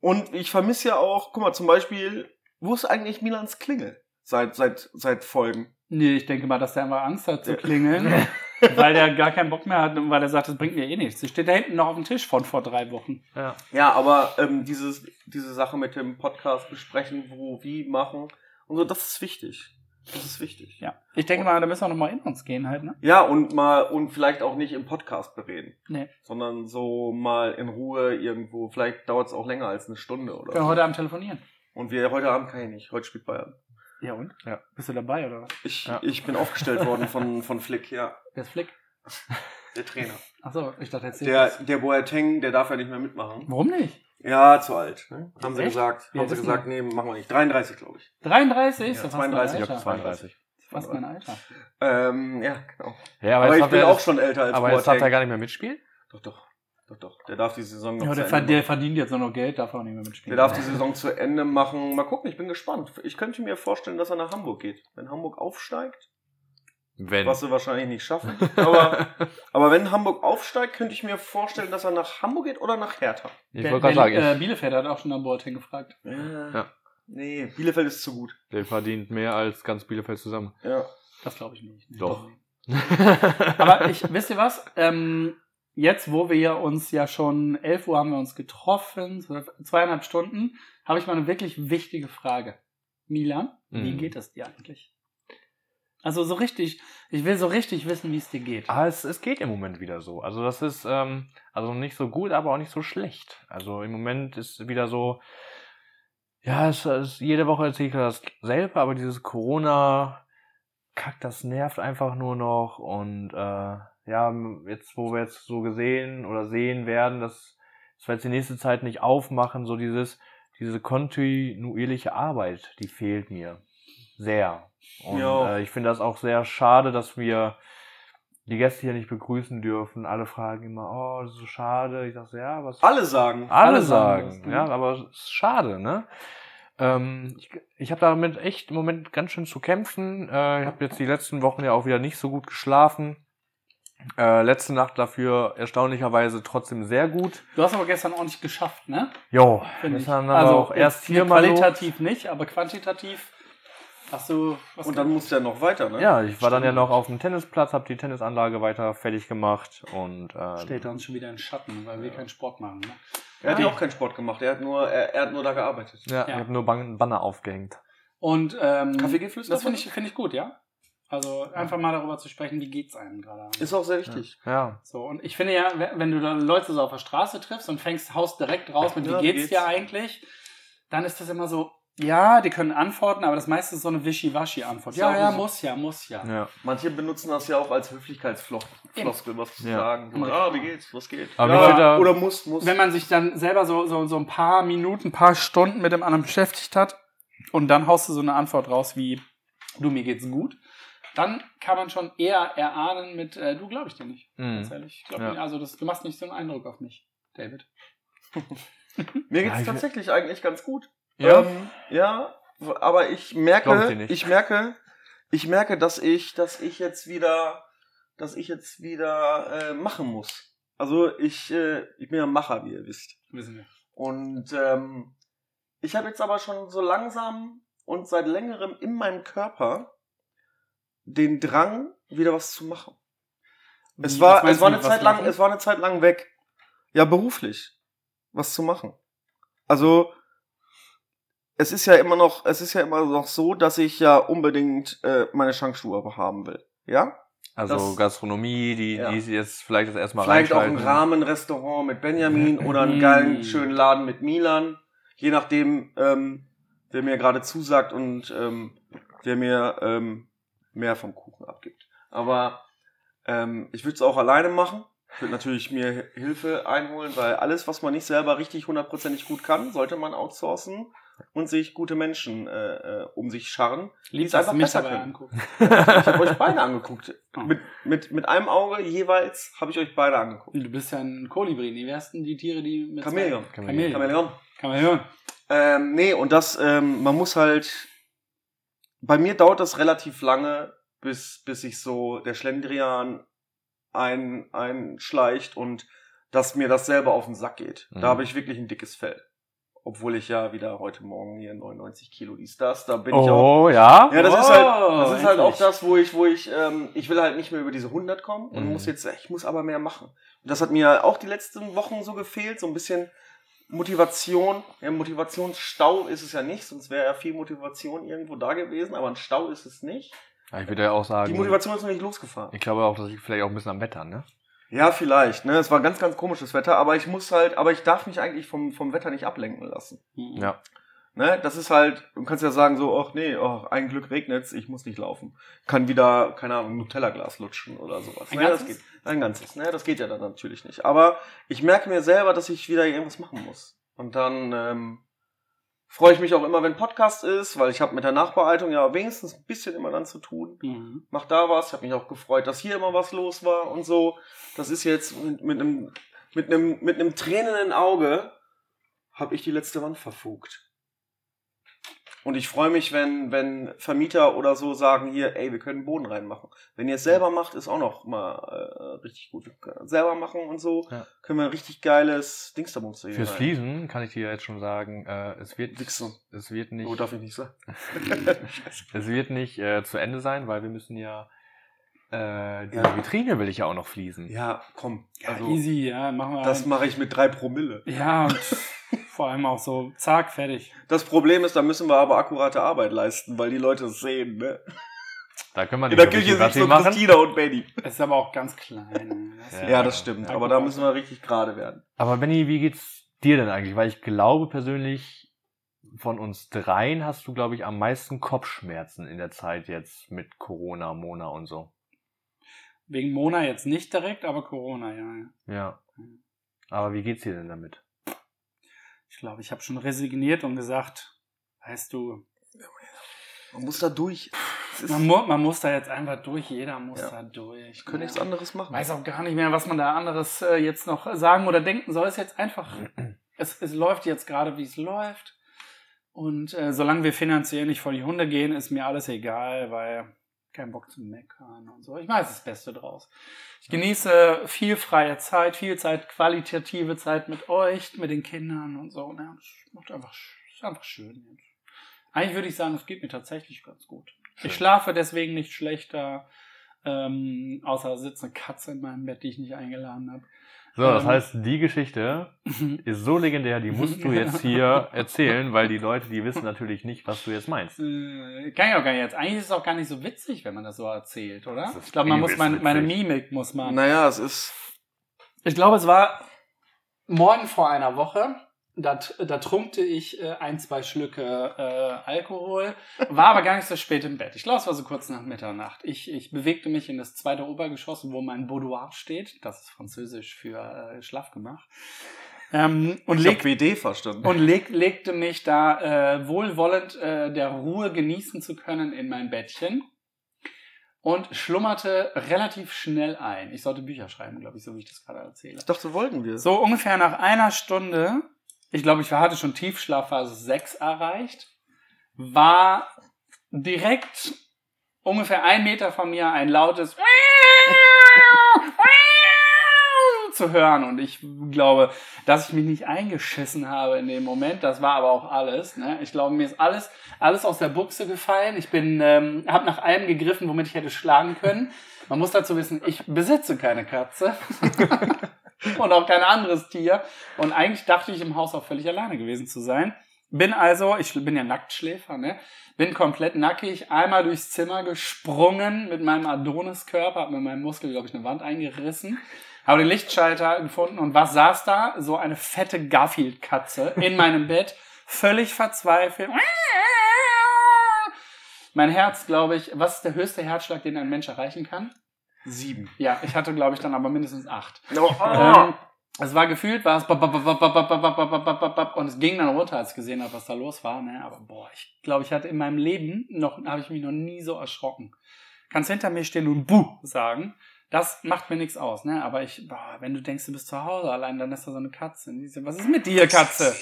S4: Und ich vermisse ja auch, guck mal, zum Beispiel, wo ist eigentlich Milans Klingel? Seit, seit, seit Folgen.
S3: Nee, ich denke mal, dass der einfach Angst hat zu
S4: Ja. [LAUGHS]
S3: klingeln, weil der gar keinen Bock mehr hat und weil er sagt, das bringt mir eh nichts. Die steht da hinten noch auf dem Tisch von vor drei Wochen.
S2: Ja.
S4: Ja, aber ähm, dieses, diese Sache mit dem Podcast besprechen, wo, wie, machen und so, das ist wichtig. Das ist wichtig.
S3: Ja. Ich
S4: Oh.
S3: denke mal, da müssen wir nochmal in uns gehen halt, ne?
S4: Ja, und mal und vielleicht auch nicht im Podcast bereden.
S3: Nee.
S4: Sondern so mal in Ruhe irgendwo. Vielleicht dauert es auch länger als eine Stunde oder
S3: Können wir
S4: so.
S3: Genau, heute Abend telefonieren.
S4: Und wir heute Abend kann ich nicht. Heute spielt Bayern.
S3: Ja und?
S2: Ja.
S3: Bist du dabei oder was?
S4: Ich,
S2: Ja.
S4: ich bin aufgestellt worden von, von Flick, ja.
S3: Wer ist Flick?
S4: Der Trainer.
S3: Achso, ich dachte jetzt
S4: Der, der Boateng, der darf ja nicht mehr mitmachen.
S3: Warum nicht?
S4: Ja, zu alt. Ne? Haben sie
S3: Echt?
S4: gesagt.
S3: Ja,
S4: haben sie
S3: wissen
S4: gesagt, nee, machen wir nicht. 33, glaube ich.
S3: 33
S4: Ja,
S3: ist ja, fast
S4: 32,
S3: mein
S4: ich
S2: Ich
S4: hab
S3: Alter.
S2: habe 32.
S3: Fast mein Alter.
S4: Ähm, ja, genau.
S2: Ja,
S4: Aber,
S2: jetzt
S4: ich
S2: hat
S4: bin
S2: er-
S4: auch schon älter als
S2: Aber jetzt darf er
S4: Boateng.
S2: gar nicht mehr mitspielen.
S4: Doch, doch. Doch, doch. Der darf die Saison noch
S3: Ja,
S4: zu
S3: der,
S4: Ende
S3: verd
S4: machen.
S3: der verdient jetzt nur noch Geld, darf auch nicht mehr mitspielen.
S4: Der darf die Saison zu Ende machen. Mal gucken, ich bin gespannt. Ich könnte mir vorstellen, dass er nach Hamburg geht. Wenn Hamburg aufsteigt,
S2: Wenn.
S4: was sie wahrscheinlich nicht schaffen. Aber, [LAUGHS] aber wenn Hamburg aufsteigt, könnte ich mir vorstellen, dass er nach Hamburg geht oder nach Hertha.
S2: ich
S3: Ber-
S2: wollte gerade sagen,
S3: Berlin- äh,
S2: ich,
S3: Bielefeld hat auch schon nach Boateng gefragt.
S2: Ja.
S4: Nee, Bielefeld ist zu gut.
S2: der verdient mehr als ganz Bielefeld zusammen.
S4: Ja.
S3: Das glaube ich [LAUGHS] nicht. Nee,
S2: Doch.
S3: nee. Aber ich, wisst ihr was? Ähm, jetzt, wo wir ja uns ja schon 11 Uhr haben wir uns getroffen, zwölf- zweieinhalb Stunden, habe ich mal eine wirklich wichtige Frage. Milan, wie
S2: Mhm.
S3: geht es dir eigentlich? Also so richtig, ich will so richtig wissen, wie es dir geht.
S2: Ah, es, es geht im Moment wieder so. Also das ist ähm, also nicht so gut, aber auch nicht so schlecht. Also im Moment ist wieder so, ja, es ist jede Woche erzähle ich dasselbe, aber dieses Corona kack, das nervt einfach nur noch und äh, ja, jetzt wo wir jetzt so gesehen oder sehen werden, dass, dass wir jetzt die nächste Zeit nicht aufmachen, so dieses diese kontinuierliche Arbeit, die fehlt mir sehr. Und
S4: Jo.
S2: äh, ich finde das auch sehr schade, dass wir die Gäste hier nicht begrüßen dürfen. Alle fragen immer, oh, das ist so schade. Ich sage, so, ja, was
S4: Alle sagen.
S2: alle
S3: Alle
S2: sagen.
S3: sagen das, ne?
S2: Ja, aber es ist schade, ne? Ähm, ich ich habe damit echt im Moment ganz schön zu kämpfen. Äh, ich habe jetzt die letzten Wochen ja auch wieder nicht so gut geschlafen. Äh, letzte Nacht dafür erstaunlicherweise trotzdem sehr gut.
S3: Du hast aber gestern ordentlich geschafft, ne?
S2: Jo,
S3: Finde ich.
S2: das haben wir also auch
S3: jetzt
S2: erst
S3: nicht
S2: viermal. los.
S3: Qualitativ nicht, aber quantitativ hast du was
S4: Und dann
S3: gemacht.
S4: muss der noch weiter, ne?
S2: Ja, ich war dann ja noch auf dem Tennisplatz, habe die Tennisanlage weiter fertig gemacht und ähm,
S3: Steht uns schon wieder in Schatten, weil wir keinen Sport machen. Ne?
S4: Er hat ja
S3: Ja.
S4: auch keinen Sport gemacht, er hat nur, er, er hat nur da gearbeitet.
S2: ja, ich
S3: Ja.
S2: habe nur Ban- Banner aufgehängt.
S3: Und
S4: Mhm.
S3: ähm,
S4: Kaffeegeflüster?
S3: das finde ich, finde ich gut, ja? Also einfach mal darüber zu sprechen, wie geht's einem gerade.
S4: Ist auch sehr wichtig.
S2: Ja,
S3: So, und ich finde ja, we- wenn du dann Leute so auf der Straße triffst und fängst, haust direkt raus mit,
S4: Ja,
S3: wie
S4: wie
S3: geht's
S4: geht's?
S3: dir eigentlich, dann ist das immer so, ja, die können antworten, aber das meiste ist so eine Wischiwaschi-Antwort.
S4: Ja,
S3: Ja, ja,
S4: so-
S3: muss ja, muss ja.
S2: ja.
S4: Manche benutzen das ja auch als Höflichkeitsfloskel, was zu
S2: Ja.
S4: sagen.
S3: Mhm.
S4: Ah, wie geht's? Was geht?
S2: Aber
S4: ja,
S2: mir fehlt da-
S4: oder muss, muss.
S3: Wenn man sich dann selber so, so, so ein paar Minuten, ein paar Stunden mit dem anderen beschäftigt hat und dann haust du so eine Antwort raus wie, du, mir geht's gut, dann kann man schon eher erahnen mit, äh, du, glaube ich dir nicht.
S2: Mhm.
S3: Ganz ehrlich. Ich glaub
S2: Ja.
S3: nicht. Also das, du machst nicht so einen Eindruck auf mich, David.
S4: Mir
S2: Ja,
S4: geht's
S2: ich-
S4: tatsächlich eigentlich ganz gut.
S2: Ja.
S4: Ähm, ja, w- aber ich merke,
S2: Glaubt ihr nicht.
S4: ich merke, ich merke, dass ich, dass ich jetzt wieder, dass ich jetzt wieder äh, machen muss. Also ich, äh, ich bin ja ein Macher, wie ihr wisst.
S3: Wissen wir.
S4: Und ähm, ich habe jetzt aber schon so langsam und seit längerem in meinem Körper den Drang, wieder was zu machen. Es
S3: Wie, Hm, was
S4: war,
S3: meinst
S4: es war
S3: du
S4: eine
S3: mit was
S4: Zeit lang,
S3: machen?
S4: es war eine Zeit lang weg. Ja, beruflich. Was zu machen. Also, es ist ja immer noch, es ist ja immer noch so, dass ich ja unbedingt äh, meine Schankschuhe aber haben will. Ja?
S2: Also
S4: Das-
S2: Gastronomie, die,
S4: Ja.
S2: die sie jetzt vielleicht das erstmal
S4: Vielleicht auch ein
S2: reinschalten. [LAUGHS]
S4: Rahmenrestaurant mit Benjamin oder einen
S3: Mm.
S4: geilen, schönen Laden mit Milan. Je nachdem, ähm, wer mir gerade zusagt und ähm, wer mir ähm, mehr vom Kuchen abgibt. Aber ähm, ich würde es auch alleine machen. Ich würde natürlich mir Hi- Hilfe einholen, weil alles, was man nicht selber richtig hundertprozentig gut kann, sollte man outsourcen und sich gute Menschen äh, äh, um sich scharren.
S3: Liebst
S4: einfach
S3: dass du mich
S4: besser
S3: dabei
S4: können.
S3: angucken.
S4: Ich habe euch beide angeguckt.
S3: Oh.
S4: Mit, mit, mit einem Auge jeweils habe ich euch beide angeguckt.
S3: Du bist ja ein Kolibri. Die wärsten die Tiere, die mit.
S4: Chamäleon.
S3: Chameleon.
S4: Chamäleon.
S3: Chamäleon.
S4: Ähm, nee, und das, ähm, man muss halt. Bei mir dauert das relativ lange, bis, bis sich so der Schlendrian ein, einschleicht und dass mir das selber auf den Sack geht.
S2: Mhm.
S4: Da habe ich wirklich ein dickes Fell. Obwohl ich ja wieder heute Morgen hier 99 Kilo dies, das, da bin ich auch.
S2: Oh, ja.
S4: Ja, das
S3: Wow,
S4: ist
S2: Oh,
S4: halt, das ist halt auch
S3: endlich.
S4: das, wo ich, wo ich, ähm, ich will halt nicht mehr über diese 100 kommen und
S2: Mhm.
S4: muss jetzt, ich muss aber mehr machen. Und das hat mir auch die letzten Wochen so gefehlt, so ein bisschen Motivation. Ja, Motivationsstau ist es ja nicht, sonst wäre ja viel Motivation irgendwo da gewesen, aber ein Stau ist es nicht.
S2: Ja, Ich würde ja auch
S4: Die
S2: sagen,
S4: Motivation ist noch nicht losgefahren.
S2: ich glaube auch, das liegt vielleicht auch ein bisschen am Wetter, ne?
S4: Ja, vielleicht, ne, es war ganz, ganz komisches Wetter, aber ich muss halt, aber ich darf mich eigentlich vom, vom Wetter nicht ablenken lassen.
S2: Ja.
S4: Ne, das ist halt, du kannst ja sagen so, ach nee, ach, ein Glück regnet's, ich muss nicht laufen. Kann wieder, keine Ahnung, ein Nutella-Glas lutschen oder sowas.
S3: Ein
S4: ne, das
S3: ganzes?
S4: geht, ein ganzes. Ne, das geht ja dann natürlich nicht. Aber ich merke mir selber, dass ich wieder irgendwas machen muss. Und dann ähm, freue ich mich auch immer, wenn Podcast ist, weil ich habe mit der Nachbereitung ja wenigstens ein bisschen immer dann zu tun.
S3: Mhm.
S4: Mach da was, ich habe mich auch gefreut, dass hier immer was los war und so. Das ist jetzt mit, mit einem mit einem mit einem tränenden Auge habe ich die letzte Wand verfugt. Und ich freue mich, wenn, wenn Vermieter oder so sagen hier, ey, wir können Boden reinmachen. Wenn ihr es selber macht, ist auch noch mal äh, richtig gut. Wir können selber machen und so
S2: Ja.
S4: können wir ein richtig geiles Dingsterbums hier
S2: Fürs
S4: rein.
S2: Fließen kann ich dir jetzt schon sagen, äh, es wird,
S4: Wichsen.
S2: es wird nicht,
S4: Oh, darf ich nicht sagen.
S2: es wird nicht äh, zu Ende sein, weil wir müssen ja, äh, die
S4: Ja.
S2: Vitrine will ich ja auch noch fließen.
S4: ja, komm.
S3: Also,
S4: Also,
S3: Easy, ja, machen wir.
S4: das
S3: ein.
S4: mache ich mit drei Promille.
S3: ja,
S4: [LAUGHS]
S3: und vor allem auch so, zack, fertig.
S4: Das Problem ist, da müssen wir aber akkurate Arbeit leisten, weil die Leute es sehen, ne?
S2: Da können wir
S4: In der
S2: wirklich
S4: Küche
S2: einen Basti
S4: sitzen
S2: machen.
S4: Christina und Benny.
S3: Es ist aber auch ganz klein. ne? Das
S2: Ja.
S3: ist-
S4: Ja, das stimmt.
S3: Ja,
S4: Aber
S3: guck
S4: da
S3: mal.
S4: müssen wir richtig gerade werden.
S2: Aber Benny, wie geht's dir denn eigentlich? Weil ich glaube persönlich, von uns dreien hast du, glaube ich, am meisten Kopfschmerzen in der Zeit jetzt mit Corona, Mona und so.
S3: Wegen Mona jetzt nicht direkt, aber Corona, ja. ja.
S2: Ja. Aber wie geht's dir denn damit?
S3: Ich glaube, ich habe schon resigniert und gesagt, weißt du,
S4: Man muss da durch. Es ist,
S3: man, mu man muss da jetzt einfach durch, jeder muss
S4: Ja.
S3: da durch. ne?
S4: ich kann nichts anderes machen.
S3: weiß auch gar nicht mehr, was man da anderes äh, jetzt noch sagen oder denken soll. Es ist jetzt einfach, es, es läuft jetzt gerade, wie es läuft. Und äh, solange wir finanziell nicht vor die Hunde gehen, ist mir alles egal, weil kein Bock zu meckern und so. Ich mache jetzt das Beste draus. Ich genieße viel freie Zeit, viel Zeit, qualitative Zeit mit euch, mit den Kindern und so. Ja, es macht einfach, es ist einfach schön. jetzt. Eigentlich würde ich sagen, es geht mir tatsächlich ganz gut.
S2: Schön.
S3: Ich schlafe deswegen nicht schlechter. Ähm, außer da sitzt eine Katze in meinem Bett, die ich nicht eingeladen [LAUGHS] habe.
S2: So, das
S3: Ähm.
S2: heißt, die Geschichte ist so legendär, die musst du jetzt
S3: [LAUGHS]
S2: hier erzählen, weil die Leute, die wissen natürlich nicht, was du jetzt meinst.
S3: Äh, kann ich auch gar nicht jetzt. Eigentlich ist es auch gar nicht so witzig, wenn man das so erzählt, oder?
S2: Das ist
S3: Ich glaube, man muss
S2: übelst
S3: meine, meine
S2: witzig.
S3: Mimik muss man.
S4: Naja, es ist.
S3: Ich glaube, es war morgen vor einer Woche. Da, tr- da trunkte ich äh, ein, zwei Schlücke äh, Alkohol, war aber gar nicht so spät im Bett. Ich glaube, es war so kurz nach Mitternacht. Ich, ich bewegte mich in das zweite Obergeschoss, wo mein Boudoir steht. Das ist französisch für äh, Schlafgemach. Ähm, und
S4: Ich
S3: legte
S4: hab BD verstanden.
S3: und leg, legte mich da äh, wohlwollend äh, der Ruhe genießen zu können in mein Bettchen und schlummerte relativ schnell ein. Ich sollte Bücher schreiben, glaube ich, so wie ich das gerade erzähle.
S4: ich dachte, wollten wir.
S3: So ungefähr nach einer Stunde, ich glaube, ich hatte schon Tiefschlafphase 6 erreicht, war direkt ungefähr ein Meter von mir ein lautes [LAUGHS] zu hören und ich glaube, dass ich mich nicht eingeschissen habe in dem Moment, das war aber auch alles. Ne? Ich glaube, mir ist alles, alles aus der Buchse gefallen. Ich bin, ähm, habe nach allem gegriffen, womit ich hätte schlagen können. Man muss dazu wissen, ich besitze keine Katze [LAUGHS] und auch kein anderes Tier. Und eigentlich dachte ich im Haus auch völlig alleine gewesen zu sein. Bin also, ich bin ja Nacktschläfer, ne? Bin komplett nackig, einmal durchs Zimmer gesprungen mit meinem Adoniskörper, hab mit meinem Muskel, glaube ich, eine Wand eingerissen. Habe den Lichtschalter gefunden und was saß da? So eine fette Garfield-Katze in meinem Bett, völlig verzweifelt. Mein Herz, glaube ich, was ist der höchste Herzschlag, den ein Mensch erreichen kann?
S4: Sieben.
S3: Ja, ich hatte, glaube ich, dann aber mindestens acht.
S4: Oh,
S3: Ähm, es war gefühlt, war es bap, bap, bap, bap, bap, bap, bap, bap, bap, bap, bap, bap, und es ging dann runter, als ich gesehen habe, was da los war. Ne? Aber boah, ich glaube, ich hatte in meinem Leben noch, habe ich mich noch nie so erschrocken. Kannst hinter mir stehen und buh sagen. Das macht mir nichts aus, ne? Aber ich, boah, wenn du denkst, du bist zu Hause allein, dann ist da so eine Katze. Und die so, was ist mit dir, Katze?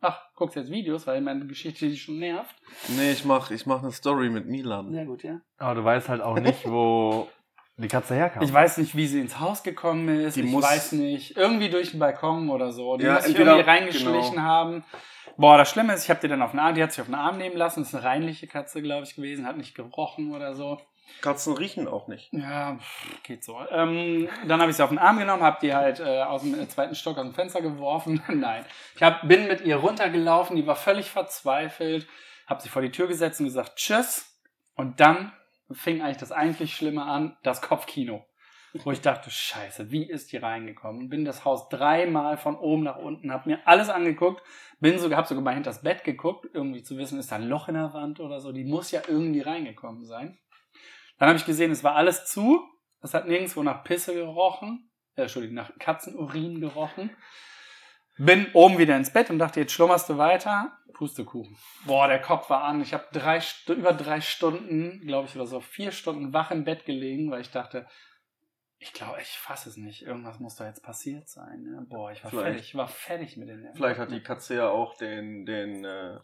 S3: Ach, guckst jetzt Videos, weil meine Geschichte dich schon nervt.
S4: Nee, ich mach, ich mach eine Story mit Milan.
S3: Sehr gut, ja.
S2: Aber du weißt halt auch nicht, wo die Katze herkam.
S3: Ich weiß nicht, wie sie ins Haus gekommen ist.
S4: Die
S3: ich
S4: muss-
S3: weiß nicht. Irgendwie durch den Balkon oder so. Die
S4: Ja,
S3: muss sich
S4: entweder-
S3: irgendwie reingeschlichen
S4: genau.
S3: haben. Boah, das Schlimme ist, ich habe die dann auf den Arm, die hat sich auf den Arm nehmen lassen. Das ist eine reinliche Katze, glaube ich, gewesen. Hat nicht gerochen oder so.
S4: Katzen riechen auch nicht.
S3: Ja, pff, geht so. Ähm, dann habe ich sie auf den Arm genommen, habe die halt äh, aus dem äh, zweiten Stock aus dem Fenster geworfen. [LAUGHS] Nein, ich hab, bin mit ihr runtergelaufen, die war völlig verzweifelt, habe sie vor die Tür gesetzt und gesagt, tschüss. Und dann fing eigentlich das eigentlich Schlimme an, das Kopfkino. Wo ich dachte, scheiße, wie ist die reingekommen? Bin das Haus dreimal von oben nach unten, habe mir alles angeguckt, bin sogar, habe sogar mal hinter das Bett geguckt, irgendwie zu wissen, ist da ein Loch in der Wand oder so. Die muss ja irgendwie reingekommen sein. Dann habe ich gesehen, es war alles zu. Es hat nirgendwo nach Pisse gerochen. Äh, Entschuldigung, nach Katzenurin gerochen. Bin oben wieder ins Bett und dachte, jetzt schlummerst du weiter. Pustekuchen. Boah, der Kopf war an. Ich habe drei, Stu- über drei Stunden, glaube ich, oder so vier Stunden wach im Bett gelegen, weil ich dachte, ich glaube, ich fasse es nicht. Irgendwas muss doch jetzt passiert sein. Ne? Boah, ich war
S4: Vielleicht.
S3: fertig. Ich war fertig mit den Nerven.
S4: Vielleicht hat die Katze ja auch den, den äh,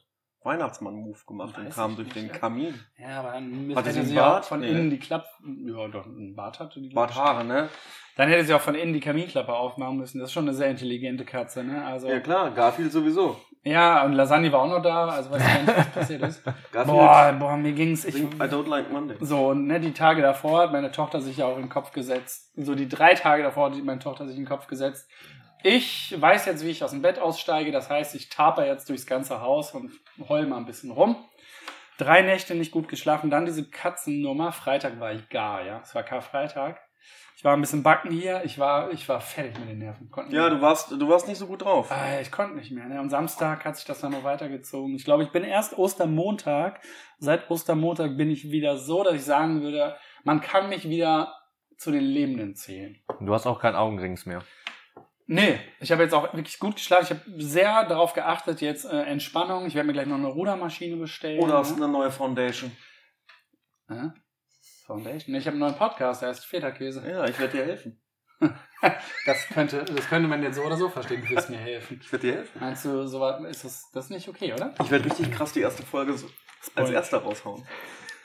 S4: Weihnachtsmann-Move gemacht und
S3: Weiß
S4: kam
S3: ich
S4: durch den
S3: nicht.
S4: Kamin.
S3: Ja, aber dann
S4: Hatte
S3: hätte
S4: sie
S3: sie
S4: einen
S3: ja
S4: Bart?
S3: von
S4: Nee.
S3: innen die Klappe. Ja, doch, einen Bart hatte die. glaub ich,
S4: Bart Haare, ne?
S3: Dann hätte sie auch von innen die Kaminklappe aufmachen müssen. Das ist schon eine sehr intelligente Katze, ne? Also,
S4: Ja
S3: ja,
S4: klar, Garfield sowieso.
S3: und Lasagne war auch noch da, also weiß ich gar nicht, was [LAUGHS] passiert ist.
S4: Garfield
S3: Boah, boah, mir ging's. Ich,
S4: singt I don't like Monday.
S3: so, und ne, die Tage davor hat meine Tochter sich ja auch in den Kopf gesetzt. So die drei Tage davor hat meine Tochter sich in den Kopf gesetzt. Ich weiß jetzt, wie ich aus dem Bett aussteige. Das heißt, ich taper jetzt durchs ganze Haus und heul mal ein bisschen rum. Drei Nächte nicht gut geschlafen, dann diese Katzennummer. Freitag war ich gar, ja. Es war Karfreitag. Ich war ein bisschen backen hier. Ich war, ich war fertig mit den Nerven. Konnte nicht
S4: Ja,
S3: mehr.
S4: du warst, du warst nicht so gut drauf.
S3: Ah, ich konnte nicht mehr. Ne? Am Samstag hat sich das dann noch weitergezogen. Ich glaube, ich bin erst Ostermontag. Seit Ostermontag bin ich wieder so, dass ich sagen würde, man kann mich wieder zu den Lebenden zählen.
S2: Du hast auch keinen Augenrings mehr.
S3: Nee, ich habe jetzt auch wirklich gut geschlafen. Ich habe sehr darauf geachtet, jetzt äh, Entspannung. Ich werde mir gleich noch eine Rudermaschine bestellen.
S4: Oder hast du
S3: ne?
S4: eine neue Foundation?
S3: Hä? Foundation. Nee, Ich habe einen neuen Podcast, der heißt Federkäse.
S4: Ja, ich werde dir helfen.
S3: Das könnte, das könnte man jetzt so oder so verstehen, du wirst mir helfen.
S4: Ich werde dir helfen.
S3: Meinst du, so was ist das, das ist nicht okay, oder?
S4: Ich werde richtig krass die erste Folge so als erster raushauen.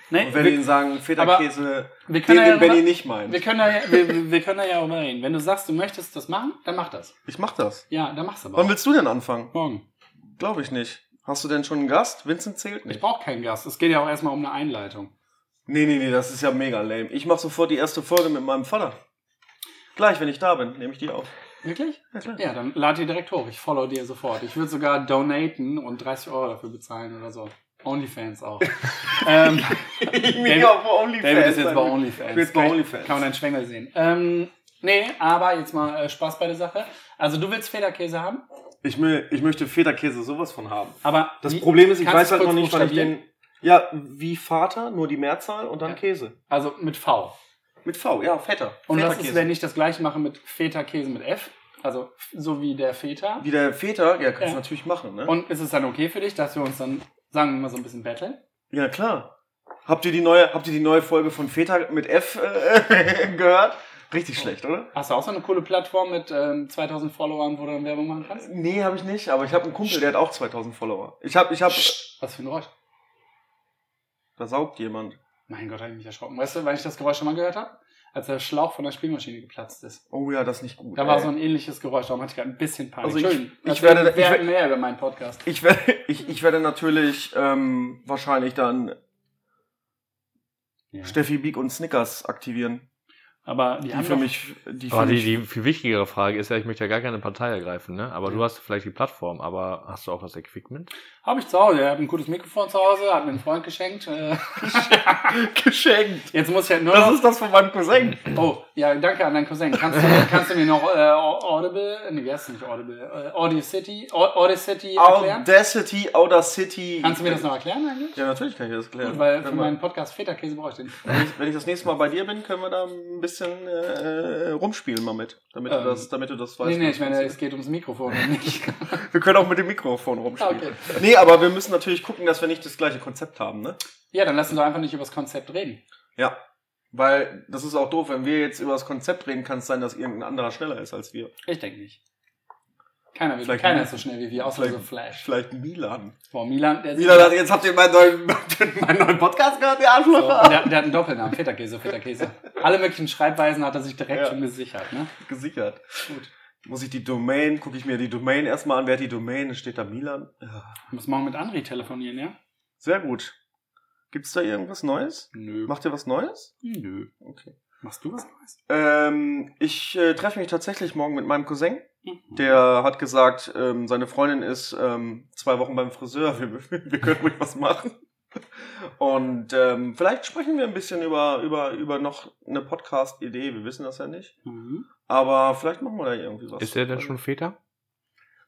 S3: Nee,
S4: Und werde ihnen
S3: wir,
S4: sagen, Federkäse,
S3: wir
S4: den,
S3: können ja
S4: den Benny
S3: drüber-
S4: nicht meint.
S3: wir können da ja, wir, wir- wir können da ja drüber reden. Wenn du sagst, du möchtest das machen, dann mach das.
S4: Ich mach das.
S3: Ja, dann mach's aber.
S4: Wann
S3: Auch.
S4: willst du denn anfangen?
S3: Morgen.
S4: Glaube ich nicht. Hast du denn schon einen Gast? Vincent zählt
S3: Ich
S4: nicht.
S3: brauche keinen Gast. Es geht ja auch erstmal um eine Einleitung.
S4: Nee, nee, nee, das ist ja mega lame. Ich mach sofort die erste Folge mit meinem Vater. Gleich, wenn ich da bin, nehme ich
S3: [LAUGHS]
S4: die auf.
S3: Wirklich?
S4: Ja, klar.
S3: Ja, dann lad dir direkt hoch. Ich follow dir sofort. Ich würde sogar donaten und 30 Euro dafür bezahlen oder so.
S4: [LAUGHS]
S3: Onlyfans auch. ähm,
S4: ich
S3: David-
S4: auch bei OnlyFans.
S3: David ist jetzt bei
S4: Alter.
S3: OnlyFans.
S4: Ich bin jetzt bei OnlyFans.
S3: Kann man deinen Schwengel sehen. Ähm, nee, aber jetzt mal äh, Spaß bei der Sache. Also du willst Federkäse haben,
S4: Ich, will, ich möchte Federkäse sowas von haben.
S3: aber...
S4: Das
S3: wie-
S4: Problem ist, ich
S3: kannst
S4: weiß
S3: du
S4: halt noch
S3: kurz
S4: nicht, wann ich
S3: buchstabieren?
S4: den. Ja, wie Vater, nur die Mehrzahl und dann
S3: Ja.
S4: Käse.
S3: Also mit V.
S4: Mit V, ja, Vetter.
S3: Und das
S4: Feta-Käse.
S3: ist, wenn ich das gleiche mache mit Feta-Käse mit F. Also so wie der Feta.
S4: Wie der Väter, ja, kannst
S3: Ja.
S4: du natürlich machen, ne?
S3: Und ist es dann okay für dich, dass wir uns dann, sagen wir mal, so ein bisschen betteln?
S4: ja, klar. Habt ihr die neue, habt ihr die neue Folge von Väter mit F äh, [LAUGHS] gehört? Richtig schlecht, oder?
S3: Hast du auch so eine coole Plattform mit ähm, 2000 Followern, wo du dann Werbung machen kannst?
S4: Nee, habe ich nicht, aber ich habe einen Kumpel, der hat auch 2000 Follower. Ich habe, ich habe,
S3: Was für ein Geräusch.
S4: da saugt jemand.
S3: Mein Gott, habe ich mich erschrocken. Weißt du, weil ich das Geräusch schon mal gehört habe? Als der Schlauch von der Spielmaschine geplatzt ist.
S4: Oh ja, das ist nicht gut.
S3: Da war
S4: ey.
S3: so ein ähnliches Geräusch, darum hatte ich gerade ein bisschen Panik.
S4: Also ich-
S3: Entschuldigung.
S4: ich
S3: Erzähl
S4: werde- ich
S3: mehr-
S4: werde-
S3: mehr über meinen Podcast.
S4: ich werde, [LAUGHS] ich, ich werde natürlich ähm, wahrscheinlich dann Steffi Beak und Snickers aktivieren.
S3: Aber die,
S4: Die,
S3: haben
S4: für
S3: doch-
S4: mich, die für
S2: Aber Oh, die,
S4: mich
S2: die viel wichtigere Frage ist ja, ich möchte ja gar keine Partei ergreifen, ne? Aber du hast vielleicht die Plattform, aber hast du auch das Equipment?
S3: Habe ich zu Hause. Ich habe ein gutes Mikrofon zu Hause, hat mir ein Freund geschenkt. Äh, [LAUGHS]
S4: [LAUGHS] geschenkt.
S3: Jetzt muss ich halt nur
S4: Das
S3: noch...
S4: ist das von meinem Cousin.
S3: Oh, ja, danke an deinen Cousin. Kannst du,
S4: [LAUGHS]
S3: kannst du mir noch äh, Audible, nee, wie heißt das nicht Audible, äh, Audio City, Audio City
S4: Oh,
S3: erklären?
S4: Audacity, Audacity.
S3: Kannst du mir das noch erklären eigentlich?
S4: Ja, natürlich kann ich das klären.
S3: Gut, weil für
S4: Wenn wir-
S3: meinen Podcast Feta-Käse brauche ich den.
S4: wenn, ich, wenn ich das nächste Mal bei dir bin, können wir da ein bisschen äh, äh, rumspielen mal mit, damit, du
S3: Ähm,
S4: das, damit du das weißt.
S3: Nee,
S4: wie
S3: nee,
S4: das
S3: ich meine, es
S4: funktioniert.
S3: geht ums Mikrofon und nicht. [LAUGHS]
S4: wir können auch mit dem Mikrofon rumspielen.
S3: Ah, Okay.
S4: Nee, aber wir müssen natürlich gucken, dass wir nicht das gleiche Konzept haben, ne?
S3: Ja, dann lassen wir einfach nicht über das Konzept reden.
S4: Ja. Weil das ist auch doof, wenn wir jetzt über das Konzept reden, kann es sein, dass irgendein anderer schneller ist als wir.
S3: Ich denke nicht. Keiner, will,
S4: Vielleicht-
S3: keiner ist so schnell wie wir, außer
S4: vielleicht-
S3: so Flash.
S4: Vielleicht Milan.
S3: Boah, Milan, der,
S4: Milan sagt, jetzt habt ihr meinen neuen, [LAUGHS] habt ihr meinen neuen Podcast gehört, ihr
S3: [LAUGHS] so,
S4: Arschloch.
S3: der, der hat einen Doppelnamen, Feta-Käse, Feta-Käse. Alle möglichen Schreibweisen hat er sich direkt
S4: Ja.
S3: schon gesichert, ne?
S4: Gesichert.
S3: Gut.
S4: Muss ich die Domain, gucke ich mir die Domain erstmal an, wer hat die Domain, steht da Milan. Ja.
S3: Ich muss morgen mit André telefonieren, ja?
S4: Sehr gut. Gibt's da irgendwas Neues?
S3: Nö.
S4: Macht ihr was Neues?
S3: Nö.
S4: Okay.
S3: Machst du was Neues?
S4: Ähm, ich äh, treffe mich tatsächlich morgen mit meinem Cousin.
S3: Mhm.
S4: Der hat gesagt, ähm, seine Freundin ist ähm, zwei Wochen beim Friseur. Wir, [LAUGHS] wir können ruhig was machen. Und ähm, vielleicht sprechen wir ein bisschen über, über, über noch eine Podcast-Idee. Wir wissen das ja nicht.
S3: Mhm.
S4: Aber vielleicht machen wir da irgendwie was.
S2: Ist er denn schon Väter?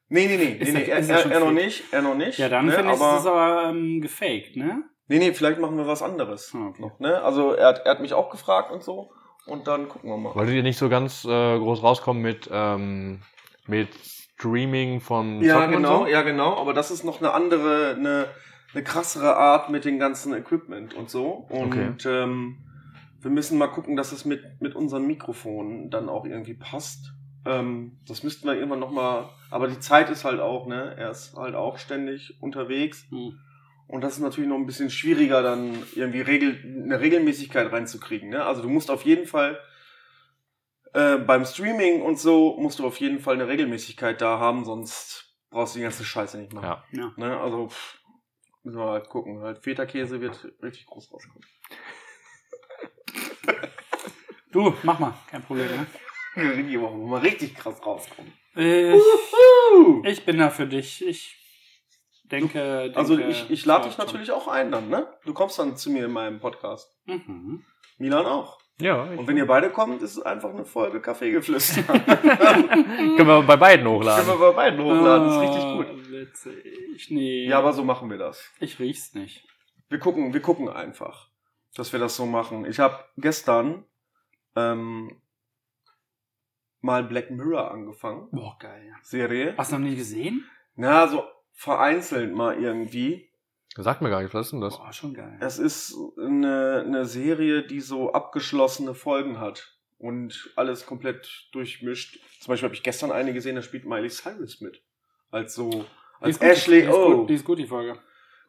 S4: Nee, nee, nee. nee,
S3: Ist
S4: nee.
S3: er-
S4: Er,
S3: ist er
S4: er,
S3: schon
S4: er noch
S3: fit?
S4: nicht. Er noch nicht.
S3: Ja, dann
S4: ne,
S3: finde ich,
S4: aber-
S3: es ist aber ähm, gefaked, ne?
S4: Nee, nee, vielleicht machen wir was anderes.
S3: Ah, okay.
S4: Noch, ne? Also er hat, er hat mich auch gefragt und so. Und dann gucken wir mal.
S2: Wolltet ihr nicht so ganz äh, groß rauskommen mit, ähm, mit Streaming von
S4: Ja,
S2: Zocken
S4: genau,
S2: und so?
S4: ja, genau. Aber das ist noch eine andere, eine, eine krassere Art mit dem ganzen Equipment und so. Und
S2: Okay.
S4: ähm, wir müssen mal gucken, dass es mit, mit unserem Mikrofon dann auch irgendwie passt. Ähm, das müssten wir irgendwann nochmal. Aber die Zeit ist halt auch, ne? Er ist halt auch ständig unterwegs.
S3: Mhm.
S4: Und das ist natürlich noch ein bisschen schwieriger, dann irgendwie Regel, eine Regelmäßigkeit reinzukriegen. Ne? Also du musst auf jeden Fall äh, beim Streaming und so musst du auf jeden Fall eine Regelmäßigkeit da haben, sonst brauchst du die ganze Scheiße nicht machen.
S2: Ja.
S3: Ja.
S4: Ne? Also pff, müssen wir halt gucken. Halt Feta-Käse wird richtig groß rauskommen.
S3: Du, mach mal, kein Problem, ne?
S4: Richtig, aber mal
S3: Äh,
S4: richtig krass rauskommen.
S3: Ich, ich bin da für dich. Ich denke. denke
S4: Also ich, ich lade dich natürlich auch ein dann, ne? Du kommst dann zu mir in meinem Podcast.
S3: Mhm.
S4: Milan auch.
S2: Ja,
S4: Und wenn ihr beide kommt, ist es einfach eine Folge [LAUGHS] Kaffeegeflüster.
S2: können wir bei beiden
S4: Können wir
S2: hochladen.
S4: bei beiden hochladen, ist richtig gut.
S3: Ah, Witzig. Nee.
S4: Ja, aber so machen wir das.
S3: Ich riech's nicht.
S4: Wir gucken, wir gucken einfach, dass wir das so machen. Ich habe gestern ähm, mal Black Mirror angefangen,
S3: Boah, geil.
S4: Serie.
S3: Hast du noch nie gesehen?
S4: Na, so vereinzelt mal irgendwie.
S2: Sagt mir gar nichts, was ist denn das?
S3: Boah, schon geil.
S4: Es ist eine, eine Serie, die so abgeschlossene Folgen hat und alles komplett durchmischt. Zum Beispiel habe ich gestern eine gesehen, da spielt Miley Cyrus mit. Als so,
S3: Die ist
S4: als
S3: gut,
S4: Ashley oh.
S3: die ist
S4: O.
S3: Gut, die ist gut, die Folge.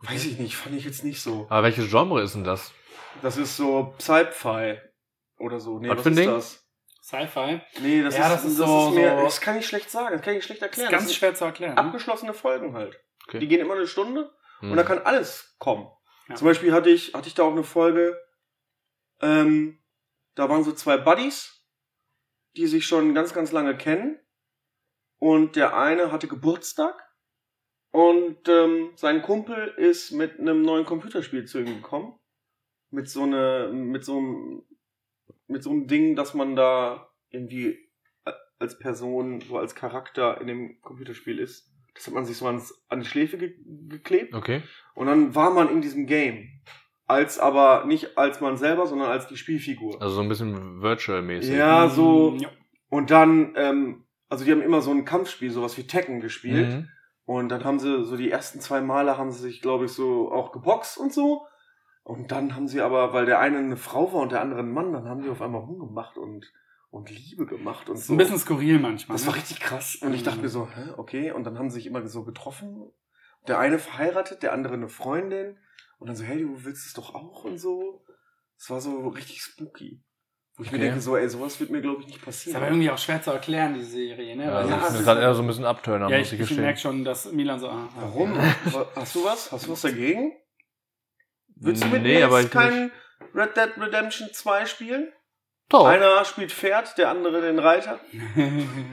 S4: Weiß ich nicht, fand ich jetzt nicht so.
S2: Aber welches Genre ist denn das?
S4: Das ist so Sci-Fi oder so. Nee,
S2: Was
S4: was,
S2: für ein
S4: ist
S2: Ding?
S4: das?
S3: Sci-Fi.
S4: Nee, das,
S3: Ja,
S4: ist,
S3: das ist
S4: das
S3: so-
S4: ist mir,
S3: so-
S4: das kann ich schlecht sagen, das kann ich schlecht
S3: Ist
S4: erklären.
S3: ganz
S4: das
S3: schwer zu erklären. ne?
S4: sind abgeschlossene Folgen halt.
S2: Okay.
S4: Die gehen immer eine Stunde
S2: Hm.
S4: und da kann alles kommen.
S3: Ja.
S4: Zum Beispiel hatte ich, hatte ich da auch eine Folge, ähm, da waren so zwei Buddies, die sich schon ganz, ganz lange kennen. Und der eine hatte Geburtstag und ähm, sein Kumpel ist mit einem neuen Computerspiel zu ihm gekommen. Mit so eine, mit so einem, mit so einem Ding, dass man da irgendwie a- als Person, so als Charakter in dem Computerspiel ist. Das hat man sich so ans, an die Schläfe ge geklebt.
S2: Okay.
S4: Und dann war man in diesem Game. Als aber nicht als man selber, sondern als die Spielfigur.
S2: Also so ein bisschen Virtual-mäßig.
S4: Ja, so.
S3: Mm, ja.
S4: Und dann, ähm, also die haben immer so ein Kampfspiel, sowas wie Tekken gespielt.
S2: Mhm.
S4: Und dann haben sie so die ersten zwei Male haben sie sich, glaube ich, so auch geboxt und so. Und dann haben sie aber, weil der eine eine Frau war und der andere ein Mann, dann haben die auf einmal rumgemacht und, und Liebe gemacht und
S3: Ist
S4: so.
S3: ein bisschen skurril manchmal.
S4: Das
S3: ne?
S2: Mhm.
S4: war richtig krass. Und ich dachte mir so, hä, okay. Und dann haben sie sich immer so getroffen. Der eine verheiratet, der andere eine Freundin. Und dann so, hey, du willst es doch auch und so. Es war so richtig spooky. Wo ich mir
S2: Okay.
S4: denke, so, ey, sowas wird mir, glaube ich, nicht
S3: Ist
S4: passieren.
S3: aber irgendwie auch schwer zu erklären, die Serie, ne?
S2: Ja,
S3: Weil
S2: also
S4: Ja,
S2: das
S4: das
S2: ist
S4: ist-
S2: halt eher so ein bisschen Abturner,
S3: ja,
S2: muss
S3: ich,
S2: ich
S3: ich
S2: gestehen.
S3: merke schon, dass Milan so. Ah,
S4: Warum? Wa- Hast du was? Hast du was dagegen? Willst du mit
S2: nee,
S4: mir
S2: aber
S4: jetzt
S2: ich
S4: kein Red Dead Redemption 2 spielen?
S2: Doch.
S4: Einer spielt Pferd, der andere
S2: [LAUGHS]
S4: den Reiter.
S3: [LAUGHS]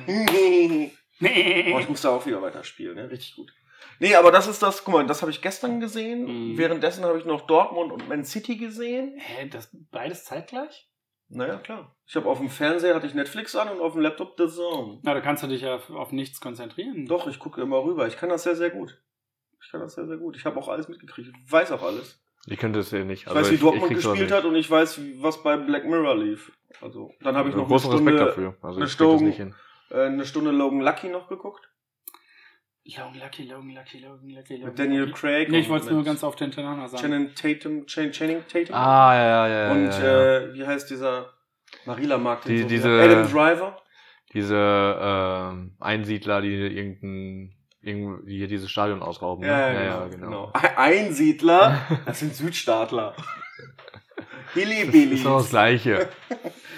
S3: nee.
S4: Boah, ich muss da auch wieder weiterspielen, ne? Richtig gut. Nee, aber das ist das, guck mal, das habe ich gestern gesehen.
S3: Mhm.
S4: Währenddessen habe ich noch Dortmund und Man City gesehen.
S3: Hä, das beides zeitgleich?
S4: Naja, klar. Ich habe auf dem Fernseher hatte ich Netflix an und auf dem Laptop The Zone.
S3: Na, da kannst du dich ja auf, auf nichts konzentrieren.
S4: Doch, ich gucke immer rüber. Ich kann das sehr, sehr gut. Ich kann das sehr, sehr gut. Ich habe auch alles mitgekriegt. Ich weiß auch alles.
S2: Ich könnte es eh nicht.
S4: Ich weiß, wie Dortmund
S2: krieg's aber
S4: gespielt
S2: nicht.
S4: hat und ich weiß, wie- was bei Black Mirror lief. Also, dann habe ich noch eine
S2: großen Respekt
S4: Stunde,
S2: dafür. Also ich
S4: eine
S2: krieg das
S4: Störung.
S2: nicht hin.
S4: äh, eine Stunde Logan Lucky noch geguckt.
S3: Long, lucky, long, lucky, long, lucky, long.
S4: Mit Daniel
S3: lucky.
S4: Craig.
S3: Nee,
S4: und
S3: ich wollte es
S4: mit
S3: nur ganz auf den Tenner sagen.
S4: Channing Tatum. Chan- Channing Tatum.
S2: Ah, ja, ja, ja.
S4: Und
S2: ja, ja.
S4: Äh, wie heißt dieser Marila Markt?
S2: Die- diese-
S4: Adam Driver.
S2: diese ähm, Einsiedler, die irgendein, irgend, die hier dieses Stadion ausrauben. ne?
S4: E- Einsiedler,
S2: [LAUGHS]
S4: das sind Südstaatler.
S2: Das ist
S4: Hillybilly.
S2: doch das Gleiche.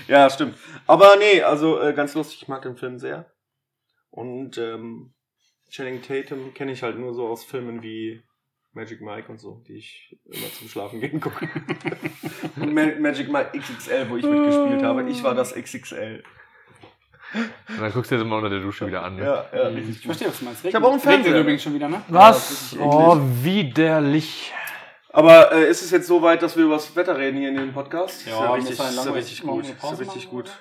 S4: Ja, stimmt. Aber nee, also äh, ganz lustig, ich mag den Film sehr. Und ähm, Channing Tatum kenne ich halt nur so aus Filmen wie Magic Mike und so, die ich immer zum Schlafen
S2: [LAUGHS]
S4: gehen gucke. und Ma Magic Mike XXL, wo ich mitgespielt habe. Ich war das XXL.
S2: Und dann guckst du dir das mal unter der Dusche wieder an. Ne?
S4: Ja, ja,
S3: Hm,
S4: richtig
S3: Ich
S4: gut.
S3: verstehe, was du meinst.
S4: Ich hab auch einen
S3: Regnet
S4: Fernseher.
S3: übrigens schon wieder, ne?
S4: Was? Oh,
S2: widerlich.
S4: Aber äh, ist es jetzt so weit, dass wir über das Wetter reden hier in dem Podcast?
S3: Ja,
S4: ist
S3: mir
S4: richtig,
S3: ist ein
S4: ist ja
S3: langweilig.
S4: richtig
S3: Machen
S4: gut.
S3: wir
S4: Ist ja
S3: Pause
S4: richtig
S3: machen,
S4: gut.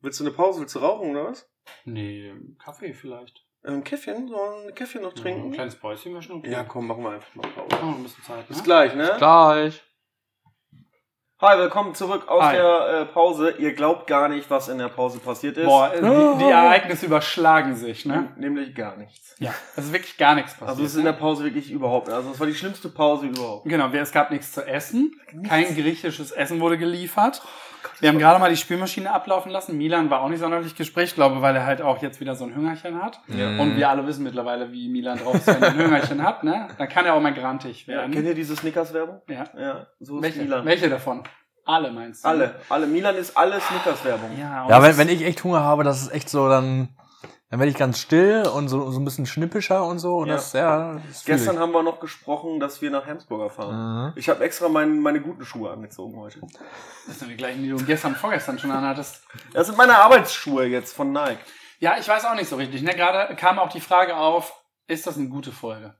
S4: Willst du eine Pause? Willst du rauchen oder was?
S3: Nee, Kaffee vielleicht.
S4: Ähm, Käffchen? Sollen wir ein Käffchen noch
S3: Ein
S4: trinken?
S3: kleines Päuschen wäre schon okay.
S4: Ja, komm, machen wir einfach mal
S3: Oh,
S4: Pause.
S3: ein bisschen Zeit. Ne?
S4: Bis gleich, ne?
S2: Gleich.
S4: Hi, willkommen zurück aus
S3: Hi.
S4: der äh, Pause. Ihr glaubt gar nicht, was in der Pause passiert ist.
S3: Boah, äh, die, die Ereignisse überschlagen sich, ne?
S4: Oh. Nämlich gar nichts.
S3: Ja. Es ist wirklich gar nichts passiert.
S4: Also es ist in der Pause wirklich überhaupt. Also es war die schlimmste Pause überhaupt.
S3: Genau, wir- es gab nichts zu essen. Kein griechisches Essen wurde
S4: Oh
S3: geliefert. Wir haben gerade mal die Spülmaschine ablaufen lassen. Milan war auch nicht sonderlich gesprächig, glaube, weil er halt auch jetzt wieder so ein Hüngerchen hat.
S2: Ja.
S3: Und wir alle wissen mittlerweile, wie Milan drauf ist, wenn er ein Hüngerchen hat, ne? Dann kann er auch mal grantig
S4: Ja, kennt
S3: werden.
S4: ihr diese Snickers-Werbung?
S3: ne? Ja.
S4: Ja, so ist
S3: Welche,
S4: Milan.
S3: welche davon? Alle meinst du?
S4: Alle, alle. Milan ist alle Snickers-Werbung.
S3: Ja, und
S2: Ja,
S3: das
S2: wenn, wenn
S3: ist-
S2: ich echt Hunger habe, das ist echt so, dann, dann werde ich ganz still und so, so ein bisschen schnippischer und so. Und
S4: Ja.
S2: das, ja, das fühl ich.
S4: Gestern haben wir noch gesprochen, dass wir nach Hamburger fahren.
S2: Mhm.
S4: Ich habe extra mein, meine guten Schuhe angezogen heute.
S3: Das sind die gleichen, die du gestern, vorgestern schon anhattest.
S4: Das sind meine Arbeitsschuhe jetzt von Nike.
S3: Ja, ich weiß auch nicht so richtig. Ne? Gerade kam auch die Frage auf, ist das eine gute Folge?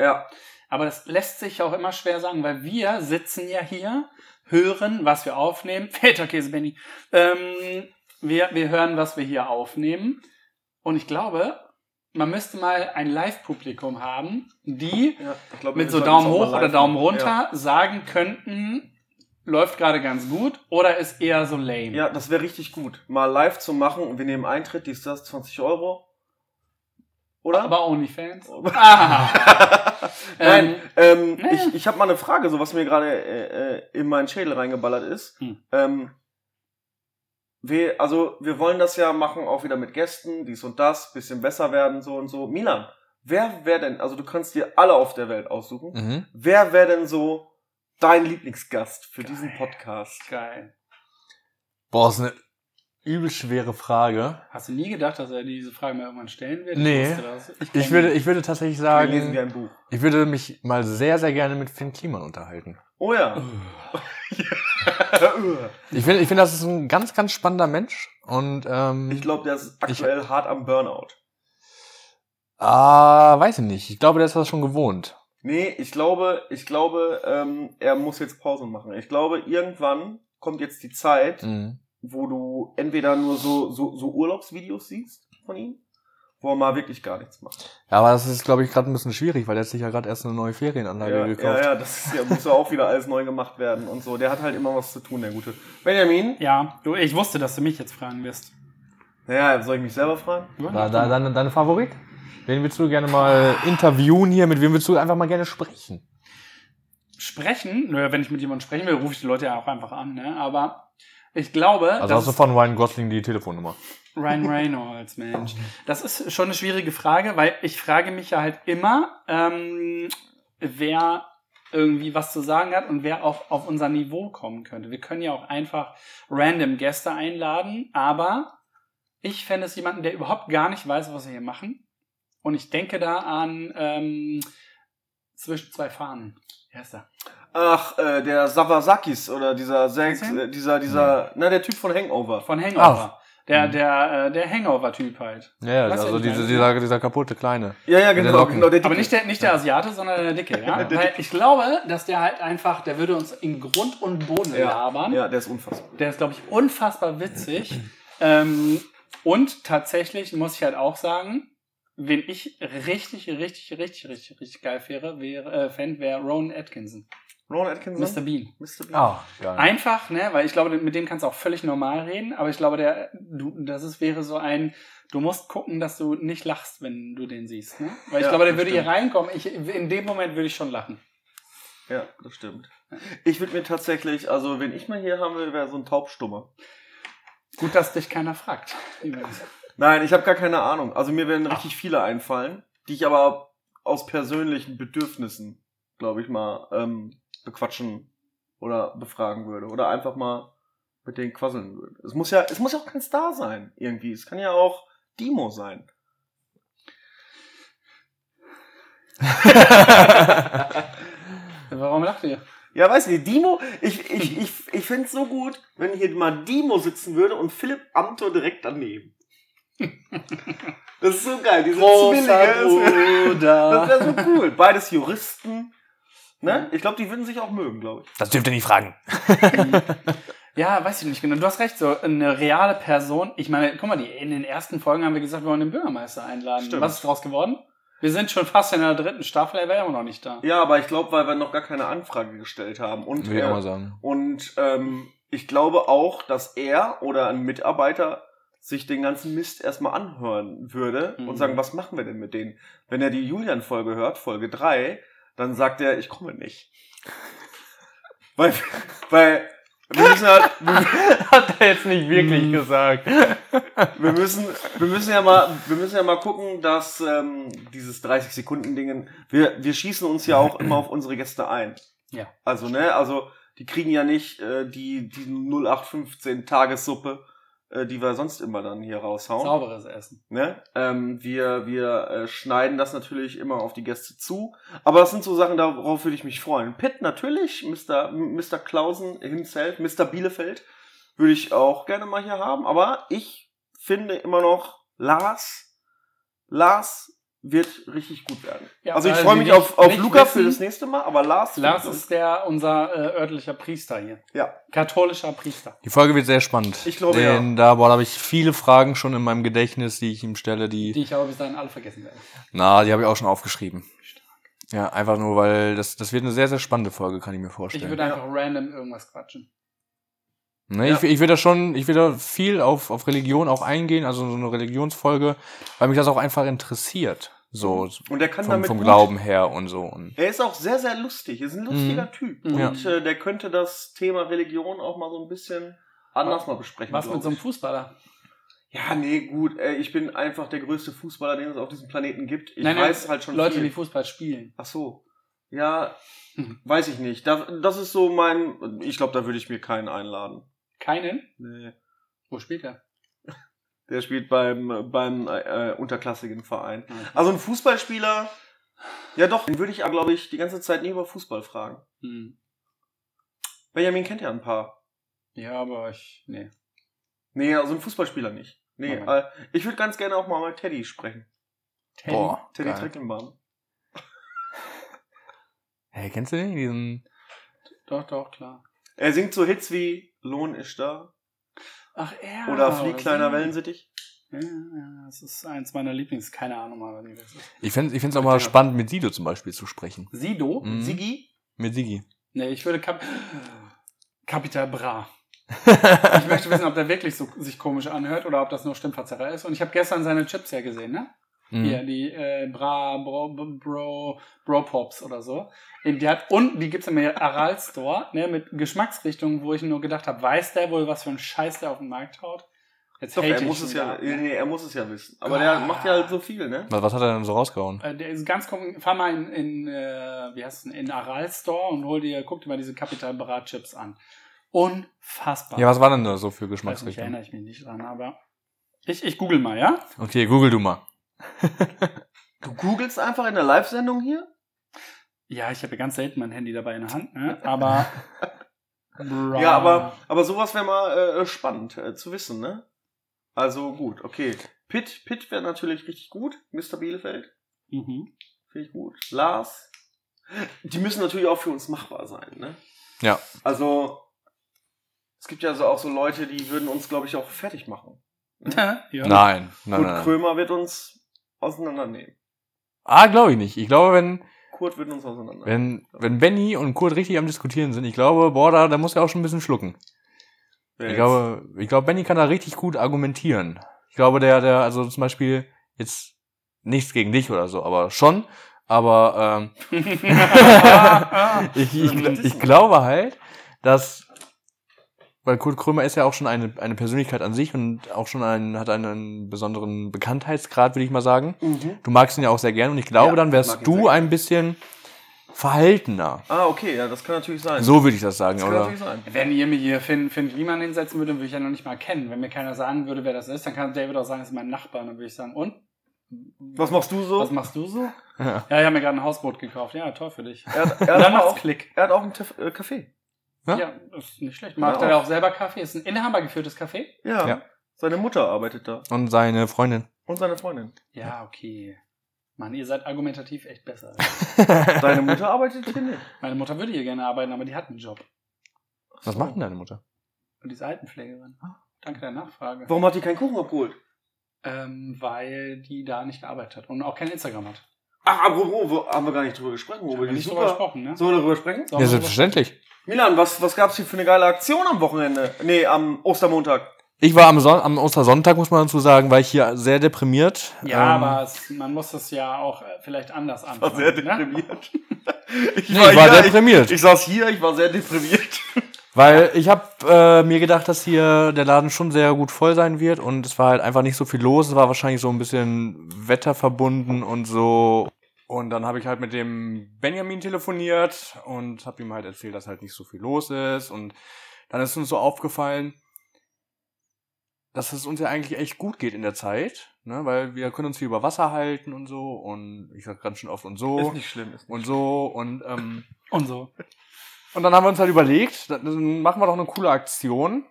S4: Ja.
S3: Aber das lässt sich auch immer schwer sagen, weil wir sitzen ja hier, hören, was wir aufnehmen. [LAUGHS] Feta-Käse, Benny. Ähm, wir, wir hören, was wir hier aufnehmen. Und ich glaube, man müsste mal ein Live-Publikum haben, die
S4: ja ich glaub, wir
S3: mit so
S4: sollten es
S3: Daumen
S4: auch mal
S3: hoch
S4: live
S3: oder Daumen
S4: machen.
S3: runter sagen könnten, läuft gerade ganz gut oder ist eher so lame.
S4: Ja, ja das wäre richtig gut. Mal live zu machen und wir nehmen Eintritt, dies, das, 20 Euro. Oder?
S3: Aber OnlyFans.
S4: Oh. [LAUGHS]
S3: Ah,
S4: Nein,
S3: Ähm,
S4: ähm,
S3: naja.
S4: ich, ich habe mal eine Frage, so was mir gerade äh, äh, in meinen Schädel reingeballert ist.
S3: Hm.
S4: Ähm, wir, also wir wollen das ja machen, auch wieder mit Gästen, dies und das, bisschen besser werden, so und so. Milan, wer wäre denn, also du kannst dir alle auf der Welt aussuchen,
S2: Mhm.
S4: wer wäre denn so dein Lieblingsgast für diesen Podcast?
S3: geil.
S2: Boah, ist eine übel schwere Frage.
S3: Hast du nie gedacht, dass er diese Frage mal irgendwann stellen wird?
S2: Nee.
S3: wusste das.
S2: Ich würde, ich würde tatsächlich
S4: Wir lesen wir
S2: sagen,
S4: ein Buch.
S2: ich würde mich mal sehr, sehr gerne mit Finn Kliman unterhalten.
S4: Oh ja. [LAUGHS]
S2: Ich finde, ich finde, das ist ein ganz, ganz spannender Mensch. Und ähm,
S4: ich glaube, der ist aktuell hart am Burnout.
S2: ah, weiß ich nicht. Ich glaube, der ist das schon gewohnt.
S4: Nee, ich glaube, ich glaube, ähm, er muss jetzt Pause machen. Ich glaube, irgendwann kommt jetzt die Zeit,
S2: Mhm.
S4: wo du entweder nur so, so, so Urlaubsvideos siehst von ihm, wo er mal wirklich gar nichts macht.
S2: Ja, aber das ist, glaube ich, gerade ein bisschen schwierig, weil der hat sich ja gerade erst eine neue Ferienanlage
S4: Ja, ja,
S2: gekauft.
S4: ja, das ist ja, muss ja auch wieder alles neu gemacht werden und so. Der hat halt immer was zu tun, der Gute. Benjamin?
S3: Ja, du, ich wusste, dass du mich jetzt fragen wirst.
S4: Naja, soll ich mich selber fragen?
S2: Da, da, deine, deine Favorit? Wen würdest du gerne mal interviewen hier? Mit wem würdest du einfach mal gerne sprechen?
S3: Sprechen, naja, wenn ich mit jemandem sprechen will, rufe ich die Leute ja auch einfach an, ne? Aber ich glaube,
S2: Also
S3: dass
S2: hast du
S3: es-
S2: von Ryan Gosling die Telefonnummer.
S3: Ryan Reynolds, Mensch. Das ist schon eine schwierige Frage, weil ich frage mich ja halt immer, ähm, wer irgendwie was zu sagen hat und wer auf, auf unser Niveau kommen könnte. Wir können ja auch einfach random Gäste einladen, aber ich fände es jemanden, der überhaupt gar nicht weiß, was wir hier machen. Und ich denke da an ähm, zwischen zwei Fahnen. Wer ist da?
S4: Ach, äh, der Savasakis oder dieser Sex,
S3: Ken?
S4: äh, dieser, dieser, na, der Typ von Hangover.
S3: Von Hangover. Der,
S2: Mhm.
S3: der, äh, der Hangover-Typ halt.
S2: Ja, ja
S3: Weißt du,
S2: also
S3: ich
S2: diese,
S3: meine,
S2: dieser, dieser kaputte Kleine.
S4: Ja, ja,
S2: der
S4: genau,
S2: Locken.
S4: genau, der
S3: Aber
S4: Dicke.
S3: nicht der, nicht der Asiate, sondern der Dicke,
S4: [LAUGHS]
S3: ja?
S4: Der Dicke.
S3: Weil ich glaube, dass der halt einfach, der würde uns in Grund und Boden labern.
S4: ja, der ist unfassbar.
S3: Der ist, glaube ich, unfassbar witzig. ähm, und tatsächlich muss ich halt auch sagen, wen ich richtig, richtig, richtig, richtig, richtig geil wäre, wäre äh, Fan wäre Rowan Atkinson,
S4: Ron Atkinson?
S3: Mr. Bean.
S4: Mr. Bean.
S2: Ah, geil.
S3: Einfach, ne, weil ich glaube, mit dem kannst du auch völlig normal reden, aber ich glaube, der, du, das ist, wäre so ein, du musst gucken, dass du nicht lachst, wenn du den siehst, ne? Weil ich
S4: Ja,
S3: glaube, der
S4: das
S3: würde hier
S4: stimmt.
S3: reinkommen, ich, in dem Moment würde ich schon lachen.
S4: Ja, das stimmt. Ich würde mir tatsächlich, also wenn ich mal hier haben will, wäre so ein Taubstummer.
S3: Gut, dass dich keiner fragt. übrigens.
S4: Nein, ich habe gar keine Ahnung. Also mir werden richtig viele einfallen, die ich aber aus persönlichen Bedürfnissen, glaube ich mal, ähm, bequatschen oder befragen würde. Oder einfach mal mit denen quasseln würde. Es muss ja, es muss ja auch kein Star sein, irgendwie. Es kann ja auch Dimo sein.
S3: Warum lacht ihr?
S4: Ja, weiß nicht, Dimo, ich, ich, ich, ich find's so gut, wenn hier mal Dimo sitzen würde und Philipp Amthor direkt daneben. Das ist so geil, diese Zwillinge. Das
S3: Bruder.
S4: wäre so cool. Beides Juristen. Ne? Ich glaube, die würden sich auch mögen, glaube ich.
S2: das dürft ihr nicht fragen.
S3: Ja, weiß ich nicht genau. Du hast recht, so eine reale Person. Ich meine, guck mal, die, in den ersten Folgen haben wir gesagt, wir wollen den Bürgermeister einladen.
S4: Stimmt.
S3: Was ist daraus geworden? Wir sind schon fast in der dritten Staffel, er wäre immer noch nicht
S4: [LAUGHS]
S3: da.
S4: Ja, aber ich glaube, weil wir noch gar keine Anfrage gestellt haben.
S2: [LAUGHS]
S4: Und,
S2: Würde ich auch mal
S4: äh,
S2: sagen.
S4: und ähm, ich glaube auch, dass er oder ein Mitarbeiter sich den ganzen Mist erstmal anhören würde
S3: Mhm.
S4: und sagen, was machen wir denn mit denen? Wenn er die Julian-Folge hört, Folge 3, dann sagt er, ich komme nicht. weil, weil wir müssen halt, wir,
S2: Hat er jetzt nicht
S3: wirklich
S2: gesagt.
S4: wir müssen, wir müssen ja mal, wir müssen ja mal gucken, dass ähm, dieses 30 Sekunden Dingen, wir, wir schießen uns ja auch immer auf unsere Gäste ein.
S3: Ja.
S4: Also ne, also die kriegen ja nicht äh, die die 0815 Tagessuppe, äh, die wir sonst immer dann hier raushauen.
S3: Sauberes Essen.
S4: Ne? Ähm, wir wir äh, schneiden das natürlich immer auf die Gäste zu. Aber das sind so Sachen, darauf würde ich mich freuen. Pitt natürlich, Mr. M- Mr. Klausen himself, Mr. Bielefeld würde ich auch gerne mal hier haben. Aber ich finde immer noch Lars, Lars wird richtig gut werden.
S3: Ja,
S4: also ich
S3: weil
S4: freue
S3: sie
S4: mich
S3: nicht-
S4: auf, auf
S3: nicht
S4: Luca
S3: wissen-
S4: für das nächste Mal, aber Lars.
S3: Lars ist der, unser äh, örtlicher Priester hier.
S4: Ja.
S3: Katholischer Priester.
S2: Die Folge wird sehr spannend.
S4: Ich glaube,
S2: Denn
S4: ja.
S2: da boah, da habe ich viele Fragen schon in meinem Gedächtnis, die ich ihm stelle, die.
S3: Die ich aber bis dahin alle vergessen werde.
S2: na, die habe ich auch schon aufgeschrieben. Ja, einfach nur, weil das, das wird eine sehr, sehr spannende Folge, kann ich mir vorstellen.
S3: Ich würde einfach random irgendwas quatschen.
S2: Ne,
S4: Ja.
S2: Ich, ich will da schon, ich will da viel auf, auf Religion auch eingehen, also so eine Religionsfolge, weil mich das auch einfach interessiert. So
S4: Und der kann
S2: vom,
S4: damit
S2: vom
S4: Mhm. gut.
S2: Glauben her und so. Und
S4: Er ist auch sehr, sehr lustig. Er ist ein lustiger Typ.
S3: Ja.
S4: Und äh, der könnte das Thema Religion auch mal so ein bisschen anders
S3: Was-
S4: mal besprechen.
S3: Was mit
S4: glaub
S3: so einem
S4: ich.
S3: Fußballer?
S4: Ja, nee, gut. Äh, ich bin einfach der größte Fußballer, den es auf diesem Planeten gibt. Ich
S3: Nein, nein,
S4: weiß halt schon
S3: Leute,
S4: viel.
S3: die Fußball spielen.
S4: Ach so. Ja,
S3: Hm.
S4: weiß ich nicht. Das, das ist so mein. Ich glaube, da würde ich mir keinen einladen.
S3: Keinen?
S4: Nee.
S3: Wo spielt er?
S4: Der spielt beim, beim äh, äh, unterklassigen Verein.
S3: Ah,
S4: Also ein Fußballspieler. Ja doch, den würde ich, glaube ich, die ganze Zeit nie über Fußball fragen.
S3: hm.
S4: Benjamin kennt ja ein paar.
S3: Ja, aber ich. Nee.
S4: Nee, also ein Fußballspieler nicht. Nee,
S3: Mach mal.
S4: äh, ich würde ganz gerne auch mal mit Teddy sprechen.
S3: Teddy.
S2: boah.
S4: Teddy
S2: geil.
S4: Treckenbaum.
S2: Hey, kennst du den? Diesen.
S3: Doch, doch, klar.
S4: Er singt so Hits wie Lohn ist da
S3: Ach, er.
S4: oder Flieg kleiner
S3: sie-
S4: Wellensittich.
S3: Ja, ja, das ist eins meiner Lieblings. Keine Ahnung, aber wie das ist.
S2: Ich finde es ich find's auch mal spannend, mit Sido zum Beispiel zu sprechen.
S3: Sido?
S2: Mhm.
S4: Sigi?
S2: Mit Sigi.
S3: Nee, ich würde Kap
S4: [LAUGHS]
S3: Capital Bra. Ich möchte wissen, ob der wirklich so, sich komisch anhört oder ob das nur Stimmverzerrer ist. Und ich habe gestern seine Chips ja gesehen, ne?
S2: Mhm.
S3: Hier, die äh, Bra, Bro, Bro, Bro Pops oder so. Die hat, und die gibt's im Aral Store, ne, mit Geschmacksrichtungen, wo ich nur gedacht habe, weiß der wohl, was für einen Scheiß der auf den Markt haut? Jetzt
S4: Doch,
S3: hate
S4: er
S3: ich
S4: muss
S3: ihn
S4: es ja, äh,
S3: wieder ab, ne?
S4: nee, er muss es ja wissen. Aber der
S3: Ah.
S4: macht ja halt so viel, ne?
S2: Was, was hat er denn so rausgehauen?
S3: Äh, Der ist ganz konkret, fahr mal in, in äh, wie heißt es, denn, in Aral Store und hol dir, guck dir mal diese Capital Bra Chips an. Unfassbar.
S2: Ja, was war denn da so für
S3: ich weiß nicht,
S2: Geschmacksrichtung?
S3: erinnere ich mich nicht dran, aber ich, ich google mal, ja?
S2: Okay, google du mal.
S4: Du googelst einfach in der Live-Sendung hier?
S3: Ja, ich habe ja ganz selten mein Handy dabei in der Hand, ne?
S4: [LAUGHS]
S3: Aber. Bra.
S4: Ja, aber, aber sowas wäre mal äh, spannend äh, zu wissen, ne? Also gut, okay. Pitt, Pitt wäre natürlich richtig gut. Mr. Bielefeld, [LAUGHS]
S3: Mhm.
S4: finde ich gut. Lars. Die müssen natürlich auch für uns machbar sein, ne?
S2: Ja.
S4: Also, es gibt ja so auch so Leute, die würden uns, glaube ich, auch fertig machen.
S3: ja.
S2: Nein, nein,
S4: Kurt
S2: nein. nein.
S4: Krömer wird uns auseinandernehmen.
S2: Ah, glaube ich nicht. Ich glaube, wenn,
S4: Kurt wird uns auseinandernehmen.
S2: wenn, wenn Benny und Kurt richtig am Diskutieren sind, ich glaube, boah, da, da muss er auch schon ein bisschen schlucken.
S4: Wer
S2: Ich
S4: jetzt?
S2: glaube, ich glaube, Benny kann da richtig gut argumentieren. Ich glaube, der, der, also zum Beispiel jetzt nichts gegen dich oder so, aber schon. Aber
S3: [LAUGHS]
S2: [LAUGHS]
S3: Ah,
S2: ähm, ich, ich, gl- ich glaube halt, dass weil Kurt Krömer ist ja auch schon eine, eine Persönlichkeit an sich und auch schon einen, hat einen besonderen Bekanntheitsgrad, würde ich mal sagen.
S4: Mhm.
S2: Du magst ihn ja auch sehr gern und ich glaube,
S4: Ja,
S2: dann
S4: ich mag
S2: wärst
S4: ihn sehr
S2: du
S4: gern.
S2: ein bisschen verhaltener.
S4: Ah, okay, ja, das kann natürlich sein.
S2: So würde ich das sagen,
S4: Also das kann
S2: oder?
S4: natürlich sein.
S3: Wenn ihr mir hier Finn, Finn Kliman hinsetzen würdet, würde ich ja noch nicht mal kennen. Wenn mir keiner sagen würde, wer das ist, dann kann David auch sagen, das ist mein Nachbar. Und dann würde ich sagen, und?
S4: Was machst du so?
S3: Was
S4: [LAUGHS]
S3: machst du so?
S2: Ja.
S3: Ja, ich habe mir gerade ein Hausboot gekauft. Ja, toll für dich.
S2: [LAUGHS]
S4: er hat,
S3: Und
S4: er
S3: dann
S4: hat
S3: macht's
S4: auch,
S3: Klick.
S4: er hat auch einen Tef äh, Kaffee.
S2: Ja?
S3: Ja, das ist nicht schlecht. Macht
S4: Ja,
S3: er auch selber Kaffee? Ist ein Inhaber geführtes Kaffee?
S4: Ja.
S2: Ja.
S4: Seine Mutter arbeitet da.
S2: Und seine
S4: [LAUGHS]
S2: Freundin.
S4: Und seine Freundin.
S3: Ja, okay. Mann, ihr seid argumentativ
S2: [LAUGHS]
S3: echt besser.
S4: Deine Mutter arbeitet hier nicht.
S3: Meine Mutter würde hier gerne arbeiten, aber die hat einen Job.
S2: Was macht denn Ah. deine Mutter?
S3: Und die ist Altenpflegerin. Danke der Nachfrage.
S4: Warum hat die keinen Kuchen abgeholt?
S3: Ähm, weil die da nicht gearbeitet hat und auch kein Instagram hat.
S4: Ach, apropos, wo, haben wir gar nicht drüber gesprochen. Wo
S3: Haben wir
S4: wir
S3: nicht drüber gesprochen, ne?
S4: Sollen wir darüber sprechen?
S2: ja,
S3: So, haben wir
S2: selbstverständlich.
S4: Milan, was, was gab's hier für eine geile Aktion am Wochenende? Nee, am Ostermontag.
S2: Ich war am, Son am Ostersonntag, muss man dazu sagen, war ich hier sehr deprimiert.
S3: drüber- Ja,
S2: Ähm,
S3: aber es, man muss das ja auch äh, vielleicht anders anfangen.
S4: War sehr
S3: ne?
S4: deprimiert. [LAUGHS] Ich
S2: Nee, ich war
S4: hier,
S2: deprimiert.
S4: Ich, ich saß hier, ich war sehr deprimiert.
S2: Weil ich habe äh, mir gedacht, dass hier der Laden schon sehr gut voll sein wird und es war halt einfach nicht so viel los. Es war wahrscheinlich so ein bisschen wetterverbunden und so. Und dann habe ich halt mit dem Benjamin telefoniert und habe ihm halt erzählt, dass halt nicht so viel los ist. Und dann ist uns so aufgefallen, dass es uns ja eigentlich echt gut geht in der Zeit, ne? weil wir können uns hier über Wasser halten und so. Und ich sag ganz schön oft und so
S4: nicht schlimm. Ist
S2: und so und ähm,
S3: Und so.
S2: und dann haben wir uns halt überlegt, dann machen wir doch eine coole Aktion,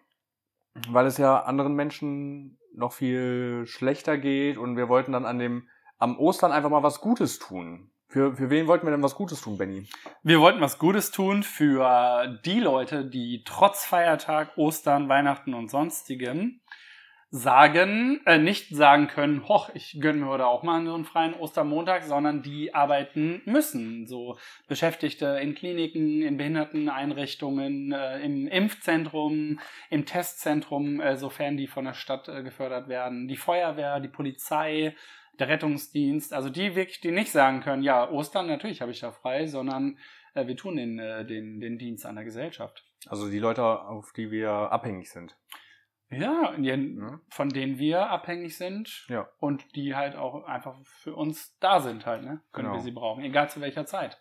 S2: weil es ja anderen Menschen noch viel schlechter geht und wir wollten dann an dem
S1: am Ostern einfach mal was Gutes tun. Für, für wen wollten wir denn was Gutes tun, Benny?
S3: Wir wollten was Gutes tun für die Leute, die trotz Feiertag, Ostern, Weihnachten und sonstigem sagen, äh, nicht sagen können, hoch, ich gönne mir heute auch mal so einen freien Ostermontag, sondern die arbeiten müssen. So Beschäftigte in Kliniken, in Behinderteneinrichtungen, äh, im Impfzentrum, im Testzentrum, äh, sofern die von der Stadt äh, gefördert werden, die Feuerwehr, die Polizei, der Rettungsdienst, also die wirklich, die nicht sagen können, ja, Ostern, natürlich habe ich da frei, sondern äh, wir tun den, äh, den, den Dienst an der Gesellschaft.
S1: Also die Leute, auf die wir abhängig sind.
S3: Ja, die,
S1: Ne?
S3: von denen wir abhängig sind
S1: Ja.
S3: und die halt auch einfach für uns da sind halt, ne? Können
S1: Genau.
S3: wir sie brauchen, egal zu welcher Zeit.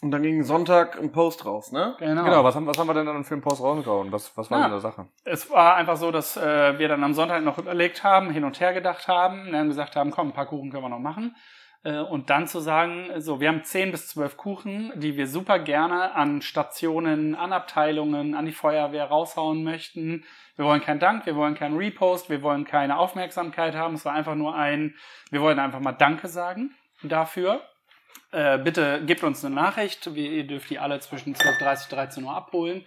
S4: Und dann ging Sonntag ein Post raus, ne?
S1: Genau, was haben, was haben wir denn dann für einen Post rausgehauen? Was, was war
S3: Ja.
S1: denn da Sache?
S3: es war einfach so, dass äh, wir dann am Sonntag noch überlegt haben, hin und her gedacht haben, dann gesagt haben, komm, ein paar Kuchen können wir noch machen. Äh, und dann zu sagen, so, wir haben 10 bis 12 Kuchen, die wir super gerne an Stationen, an Abteilungen, an die Feuerwehr raushauen möchten. Wir wollen keinen Dank, wir wollen keinen Repost, wir wollen keine Aufmerksamkeit haben. Es war einfach nur ein, wir wollen einfach mal Danke sagen dafür. Äh, bitte gebt uns eine Nachricht. Wir, ihr dürft die alle zwischen 12.30 und 13 Uhr abholen.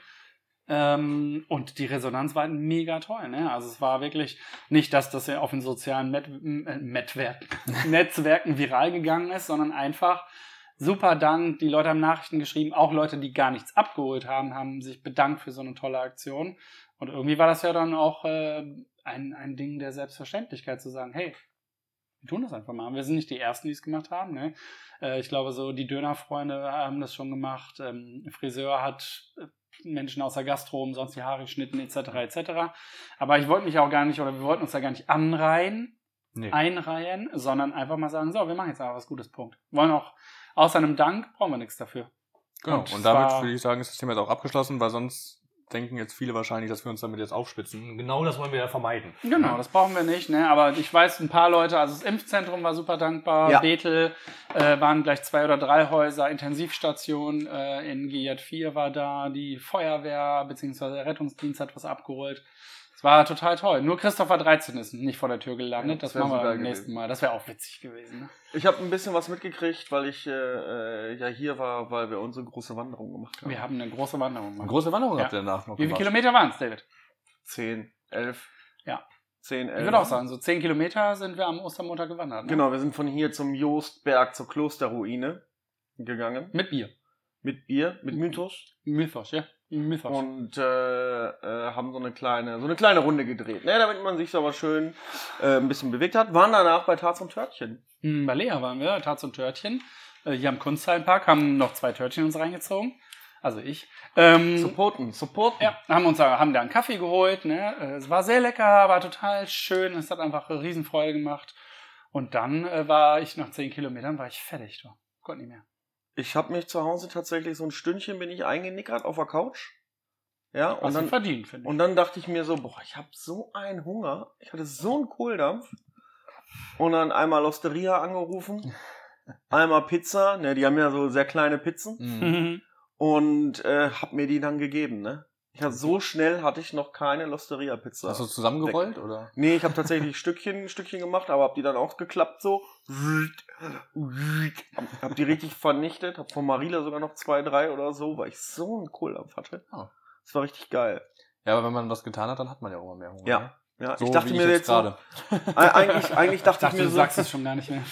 S3: Ähm, und die Resonanz war mega toll, ne? Also es war wirklich nicht, dass das ja auf den sozialen Met äh, Metwerken, [LAUGHS] Netzwerken viral gegangen ist, sondern einfach super Dank. Die Leute haben Nachrichten geschrieben, auch Leute, die gar nichts abgeholt haben, haben sich bedankt für so eine tolle Aktion. Und irgendwie war das ja dann auch äh, ein, ein Ding der Selbstverständlichkeit zu sagen, hey, wir tun das einfach mal. Wir sind nicht die Ersten, die es gemacht haben, ne? Äh, ich glaube so, die Dönerfreunde haben das schon gemacht. Ähm, Friseur hat äh, Menschen aus der Gastro umsonst die Haare geschnitten, etc., etc. Aber ich wollte mich auch gar nicht, oder wir wollten uns da gar nicht anreihen,
S1: Nee.
S3: einreihen, sondern einfach mal sagen, so, wir machen jetzt aber was Gutes, Punkt. Wollen auch, außer einem Dank, brauchen wir nichts dafür.
S1: Genau.
S3: Und
S1: Und, damit
S3: zwar-
S1: würde ich sagen, ist das Thema jetzt auch abgeschlossen, weil sonst denken jetzt viele wahrscheinlich, dass wir uns damit jetzt aufspitzen. Genau das wollen wir ja vermeiden.
S3: Genau, das brauchen wir nicht, ne? aber ich weiß, ein paar Leute, also das Impfzentrum war super dankbar,
S4: Ja.
S3: Bethel äh, waren gleich zwei oder drei Häuser, Intensivstation äh, in GIAD 4 war da, die Feuerwehr bzw. der Rettungsdienst hat was abgeholt. Es war total toll. Nur Christopher 13 ist nicht vor der Tür gelandet,
S4: Ja,
S3: das
S4: das wär
S3: machen wir
S4: super
S3: beim nächsten
S4: gewesen.
S3: Mal. Das wäre auch witzig gewesen. Ne?
S4: Ich habe ein bisschen was mitgekriegt, weil ich äh, äh, ja hier war, weil wir unsere große Wanderung gemacht haben.
S3: Wir haben eine große Wanderung
S1: Eine
S3: gemacht.
S1: große Wanderung
S3: Ja.
S1: habt ihr danach noch
S3: Wie viele
S1: gemacht.
S3: Kilometer waren es, David?
S4: Zehn, elf.
S3: Ja.
S4: Zehn, elf.
S3: Ich würde auch sagen, so 10 Kilometer sind wir am Ostermontag gewandert. Ne?
S4: Äh, Genau, wir sind von hier zum Jostberg, zur Klosterruine gegangen.
S3: Mit Bier.
S4: Mit Bier, mit Mythos.
S3: Mythos, ja. Mythos.
S4: Und äh, äh, haben so eine kleine, so eine kleine Runde gedreht, ne, damit man sich so aber schön äh, ein bisschen bewegt hat. Waren danach bei Tarz und Törtchen.
S3: Hm, Bei Lea waren wir, Tarz und Törtchen. Äh, Hier am Kunsthallenpark haben noch zwei Törtchen uns reingezogen. Also ich. Ähm,
S4: Supporten, supporten.
S3: ja, haben uns da- haben da einen Kaffee geholt. Ne? Äh, Es war sehr lecker, war total schön. Es hat einfach eine Riesenfreude gemacht. Und dann äh, war ich nach zehn Kilometern war ich fertig. Du. Gott nicht mehr.
S4: Ich habe mich zu Hause tatsächlich so ein Stündchen bin ich eingenickert auf der Couch. Ja, und
S3: Hast du
S4: dann,
S3: verdient, finde ich. [LAUGHS]
S4: und dann dachte ich mir so, boah, ich habe so einen Hunger. Ich hatte so einen Kohldampf. Und dann einmal Osteria
S3: [LAUGHS]
S4: angerufen, einmal Pizza, ne, die haben ja so sehr kleine Pizzen.
S1: Mhm.
S3: Mhm.
S4: Und äh, hab mir die dann gegeben, ne? Ich hab, so schnell hatte ich noch keine Losteria-Pizza.
S1: Hast du zusammengerollt oder?
S4: Nee, ich habe tatsächlich Stückchen, Stückchen gemacht, aber hab die dann auch geklappt so. Hab, hab die richtig vernichtet, hab von Marila sogar noch zwei, drei oder so, weil ich so einen Kohldampf hatte.
S1: Ah.
S4: Das war richtig geil.
S1: Ja, aber wenn man was getan hat, dann hat man ja auch immer mehr Hunger.
S4: Ja.
S1: ne?
S4: Ja,
S1: So
S4: ich dachte
S1: wie
S4: mir
S1: ich
S4: jetzt,
S1: jetzt gerade.
S4: so, Ei- eigentlich, eigentlich
S3: Ich
S4: dachte ich
S3: dachte,
S4: mir
S3: du
S4: so,
S3: sagst [LAUGHS] es schon gar nicht mehr.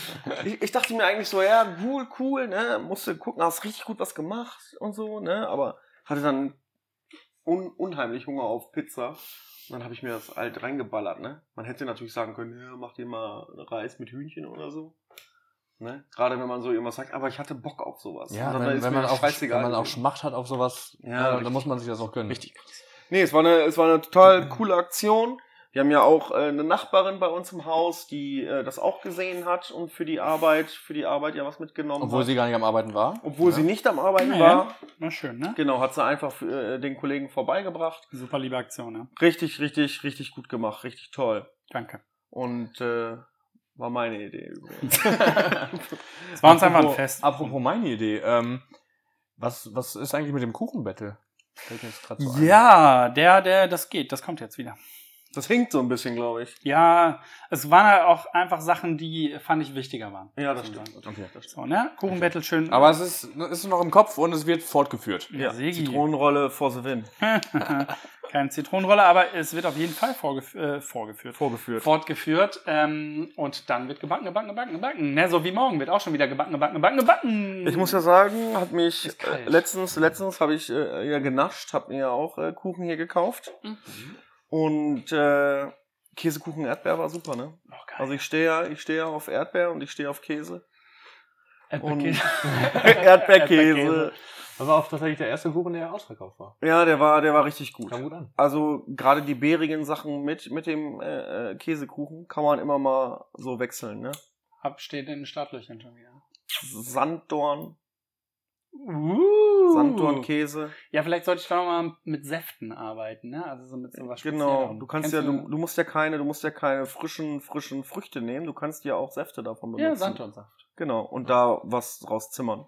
S4: ich, ich dachte mir eigentlich so, ja, cool, cool, ne, musste gucken, hast richtig gut was gemacht und so, ne, aber hatte dann un, unheimlich Hunger auf Pizza. Und dann habe ich mir das alt reingeballert, ne. Man hätte natürlich sagen können, ja, mach dir mal Reis mit Hühnchen oder so. Ne? Gerade wenn man so irgendwas sagt, aber ich hatte Bock auf sowas. Und
S1: Ja,
S4: dann
S1: wenn,
S4: ist
S1: wenn,
S4: mir
S1: man auch, wenn
S4: scheißegal
S1: man auch
S4: gewesen.
S1: Schmacht hat auf sowas,
S4: Ja,
S1: ja,
S4: richtig.
S1: dann muss man sich das auch gönnen.
S4: Richtig. Nee, es war eine, es war
S1: [LAUGHS]
S4: eine total coole Aktion. Wir haben ja auch äh, eine Nachbarin bei uns im Haus, die äh, das auch gesehen hat und für die Arbeit, für die Arbeit ja was mitgenommen
S1: Obwohl
S4: hat.
S1: sie gar nicht am Arbeiten war.
S4: Obwohl
S1: Ja.
S4: sie nicht am Arbeiten
S3: Naja.
S4: war.
S3: War schön, ne?
S4: Genau, hat sie einfach äh, den Kollegen vorbeigebracht.
S3: Super liebe Aktion, ne?
S4: Richtig, richtig, richtig gut gemacht. Richtig toll.
S3: Danke.
S4: Und äh, war meine Idee
S3: [LAUGHS]
S4: übrigens.
S3: Es war uns einfach ein
S1: Apropos-
S3: Fest.
S1: Apropos meine Idee, ähm, was, was ist eigentlich mit dem Kuchenbattle? Fällt mir jetzt grad so ein.
S3: Ja, der, der, das geht, das kommt jetzt wieder.
S4: Das hinkt so ein bisschen, glaube ich.
S3: Ja, es waren halt auch einfach Sachen, die fand ich wichtiger waren.
S4: Ja, das
S3: Zum
S4: stimmt.
S3: Beispiel.
S1: Okay.
S3: So, ne? Kuchenbattle schön.
S1: Aber es ist, es ist noch im Kopf und es wird fortgeführt.
S3: ja, Segi.
S4: Zitronenrolle for the win.
S3: [LAUGHS] Keine Zitronenrolle, aber es wird auf jeden Fall vorgef äh, vorgeführt.
S4: Vorgeführt.
S3: Fortgeführt. Ähm, und dann wird gebacken, gebacken, gebacken, gebacken. Ne, so wie morgen wird auch schon wieder gebacken, gebacken, gebacken, gebacken.
S4: Ich muss ja sagen, hat mich
S3: Ist kalt.
S4: äh, letztens, letztens habe ich äh, ja genascht, habe mir ja auch äh, Kuchen hier gekauft.
S3: Mhm.
S4: Und äh, Käsekuchen Erdbeer war super, ne?
S3: Oh, geil.
S4: Also ich stehe ja, ich stehe ja auf Erdbeer und ich stehe auf
S3: [LAUGHS]
S4: Käse. [LAUGHS]
S3: Erdbeerkäse.
S4: Erdbeerkäse.
S2: Das war auch tatsächlich der erste Kuchen, der ausverkauft war.
S4: Ja, der war, der war richtig gut.
S2: Kam gut an.
S4: Also gerade die bärigen Sachen mit mit dem äh, äh, Käsekuchen kann man immer mal so wechseln, ne?
S3: Hab, steht in den Startlöchern schon wieder.
S4: Sanddorn,
S3: Uh.
S4: Sanddornkäse.
S3: Ja, vielleicht sollte ich da noch mal mit Säften arbeiten, ne? Also so mit so was
S4: Genau,
S3: Speziellerem.
S4: du kannst
S3: Kennst
S4: ja, du, du musst ja keine, du musst ja keine frischen, frischen Früchte nehmen, du kannst ja auch Säfte davon benutzen.
S3: Ja, Sanddornsaft.
S4: Genau, und da was draus zimmern.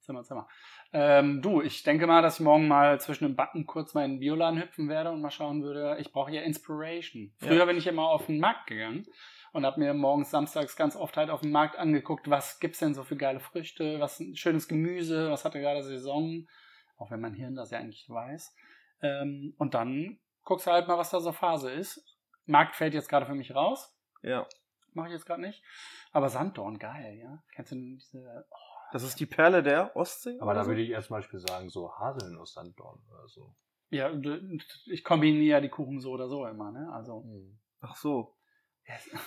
S3: Zimmer, Zimmer. Ähm, du, ich denke mal, dass ich morgen mal zwischen dem Backen kurz mal in den Bioladen hüpfen werde und mal schauen würde, ich brauche hier Inspiration. Früher bin ich immer auf den Markt gegangen und habe mir morgens, samstags ganz oft halt auf dem Markt angeguckt, was gibt's denn so für geile Früchte, was ein schönes Gemüse, was hatte gerade Saison, auch wenn mein Hirn das ja eigentlich weiß. Ähm, und dann guckst du halt mal, was da so Phase ist. Markt fällt jetzt gerade für mich raus.
S4: Ja.
S3: Mache ich jetzt gerade nicht. Aber Sanddorn, geil, ja. Kennst du denn diese.
S4: Das ist die Perle der Ostsee.
S2: Aber
S4: oder
S2: da
S4: so?
S2: würde ich erst zum Beispiel sagen, so Haselnuss Sanddorn oder so.
S3: Ja, d- ich kombiniere ja die Kuchen so oder so immer, ne? Also.
S4: Hm. Ach so. [LAUGHS]